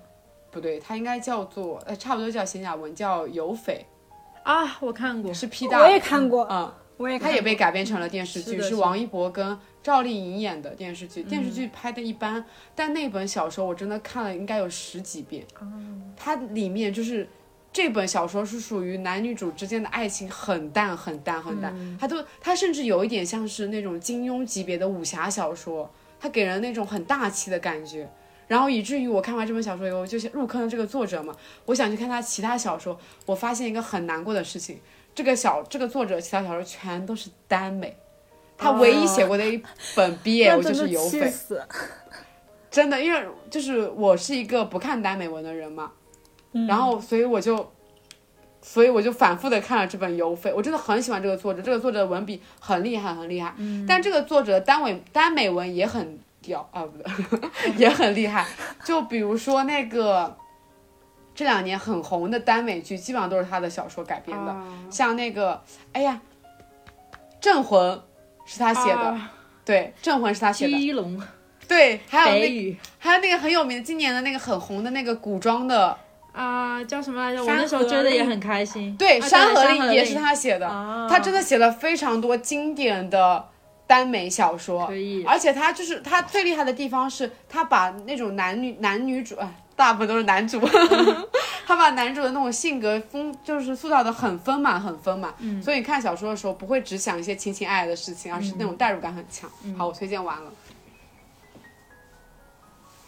不对，它应该叫做呃，差不多叫仙侠文，叫《有匪
啊，我看过》，，
是 P 大
我也
的，
看过，
嗯，
我也
它
看
也
过。
被改编成了电视
是
剧，
的嗯
是
是
王一博跟赵丽颖演的电视剧，电视剧拍的一般，但那本小说我真的看了应该有十几遍，
哦
它里面就是。这本小说是属于男女主之间的爱情很淡很淡很淡，
嗯
它都它甚至有一点像是那种金庸级别的武侠小说，它给人那种很大气的感觉。然后以至于我看完这本小说以后，就是入坑了这个作者嘛，我想去看他其他小说，我发现一个很难过的事情，这个小这个作者其他小说全都是耽美，他唯一写过的一本
啊
BL
那真
就是
的
有
气
匪， (laughs)
死，
真的，因为就是我是一个不看耽美文的人嘛，然后所以我就。所以我就反复的看了这本《有匪》，我真的很喜欢这个作者，这个作者的文笔很厉害，很厉害。但这个作者的耽美耽美文也很屌啊，不对， (laughs) 也很厉害。就比如说那个这两年很红的耽美剧，基本上都是他的小说改编
啊
的，像那个哎呀，《镇魂》是他写的，
啊
对，《镇魂》是他写的，
居龙、
对，还有
北
那
雨
还有那个很有名的，今年的那个很红的那个古装的，
啊，叫什么来着？我
山
那时候
河
追的也
令
很开心。
对，
啊
山河令》
令
也是他写的，
啊
他真的写了非常多经典的耽美小说，
可以
而且他就是他最厉害的地方是，他把那种男女男女主，哎，大部分都是男主， (laughs) 他把男主的那种性格丰，就是塑造的很丰满，很丰满。嗯，所以你看小说的时候，不会只想一些情情爱爱的事情，而是那种代入感很强。好，我推荐完了。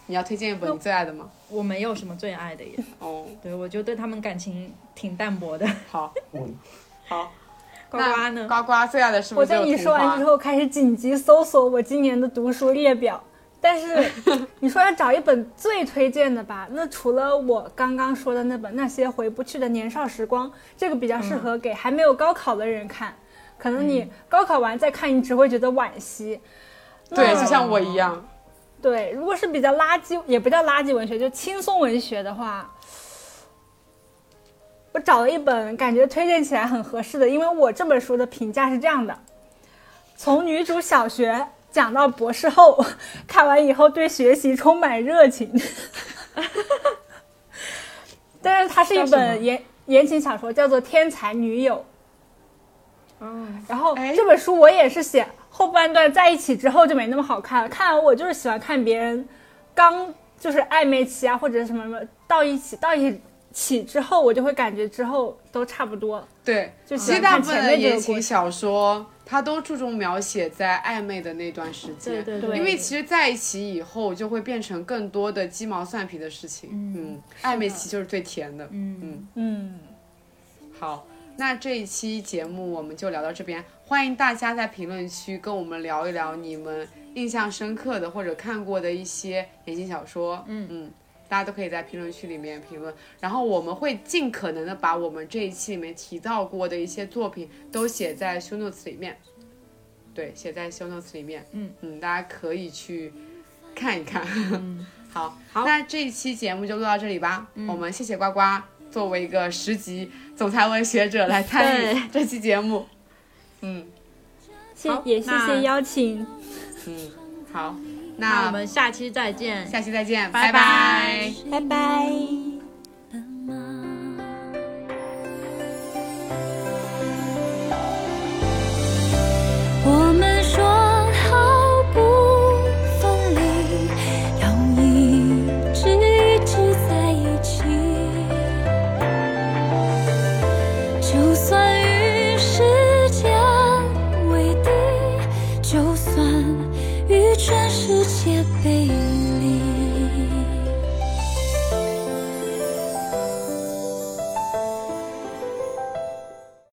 你要推荐一本你最爱的吗？
我没有什么最爱的耶，
哦，
对我就对他们感情挺淡薄的。
好，好，
呱
那
呱呢？
呱呱最爱的是不
我
是就
在
是
你说完之
后，
后，开始紧急搜索我今年的读书列表。但是
(laughs)
你说要找一本最推荐的吧，那除了我刚刚说的那本《那些回不去的年少时光》，这个比较
嗯
适合给还没有高考的人看。可能你高考完再看，你只会觉得惋惜。
嗯
对，就像我一样，
对，如果是比较垃圾，也不叫垃圾文学，就轻松文学的话，我找了一本感觉推荐起来很合适的，因为我这本书的评价是这样的：从女主小学讲到博士后， (laughs) 看完以后对学习充满热情。 (laughs) 但是它是一
叫什么
本言言情小说，叫做《天才女友》。
嗯，
然后
哎
这本书我也是写后半段在一起之后就没那么好看了，看完我就是喜欢看别人刚就是暧昧期啊或者什么什么到一起到一起之后，我就会感觉之后都差不多了。
对，
就
其
喜
实
欢
大
看
部分
前
的
面这
言
个过
情
程。
小说，它都注重描写在暧昧的那段时间，
对对
对
因为其实在一起以后，就会变成更多的鸡毛蒜皮的事情。嗯，暧昧期就是最甜的。嗯嗯，
嗯，
好。那这一期节目我们就聊到这边，欢迎大家在评论区跟我们聊一聊你们印象深刻的或者看过的一些言情小说。嗯嗯，大家都可以在评论区里面评论，然后我们会尽可能的把我们这一期里面提到过的一些作品都写在 show notes 里面，对，写在 show notes 里面。
嗯
嗯，大家可以去看一看。 (laughs) 好，
嗯好嗯
那这一期节目就录到这里吧。我们谢谢呱呱作为一个十级总裁文学者来参与这期节目。嗯
谢
好
也谢
那
谢邀请，
嗯，好，
那
那
我们下期再见。
下期再见，拜
拜拜
拜
拜
拜。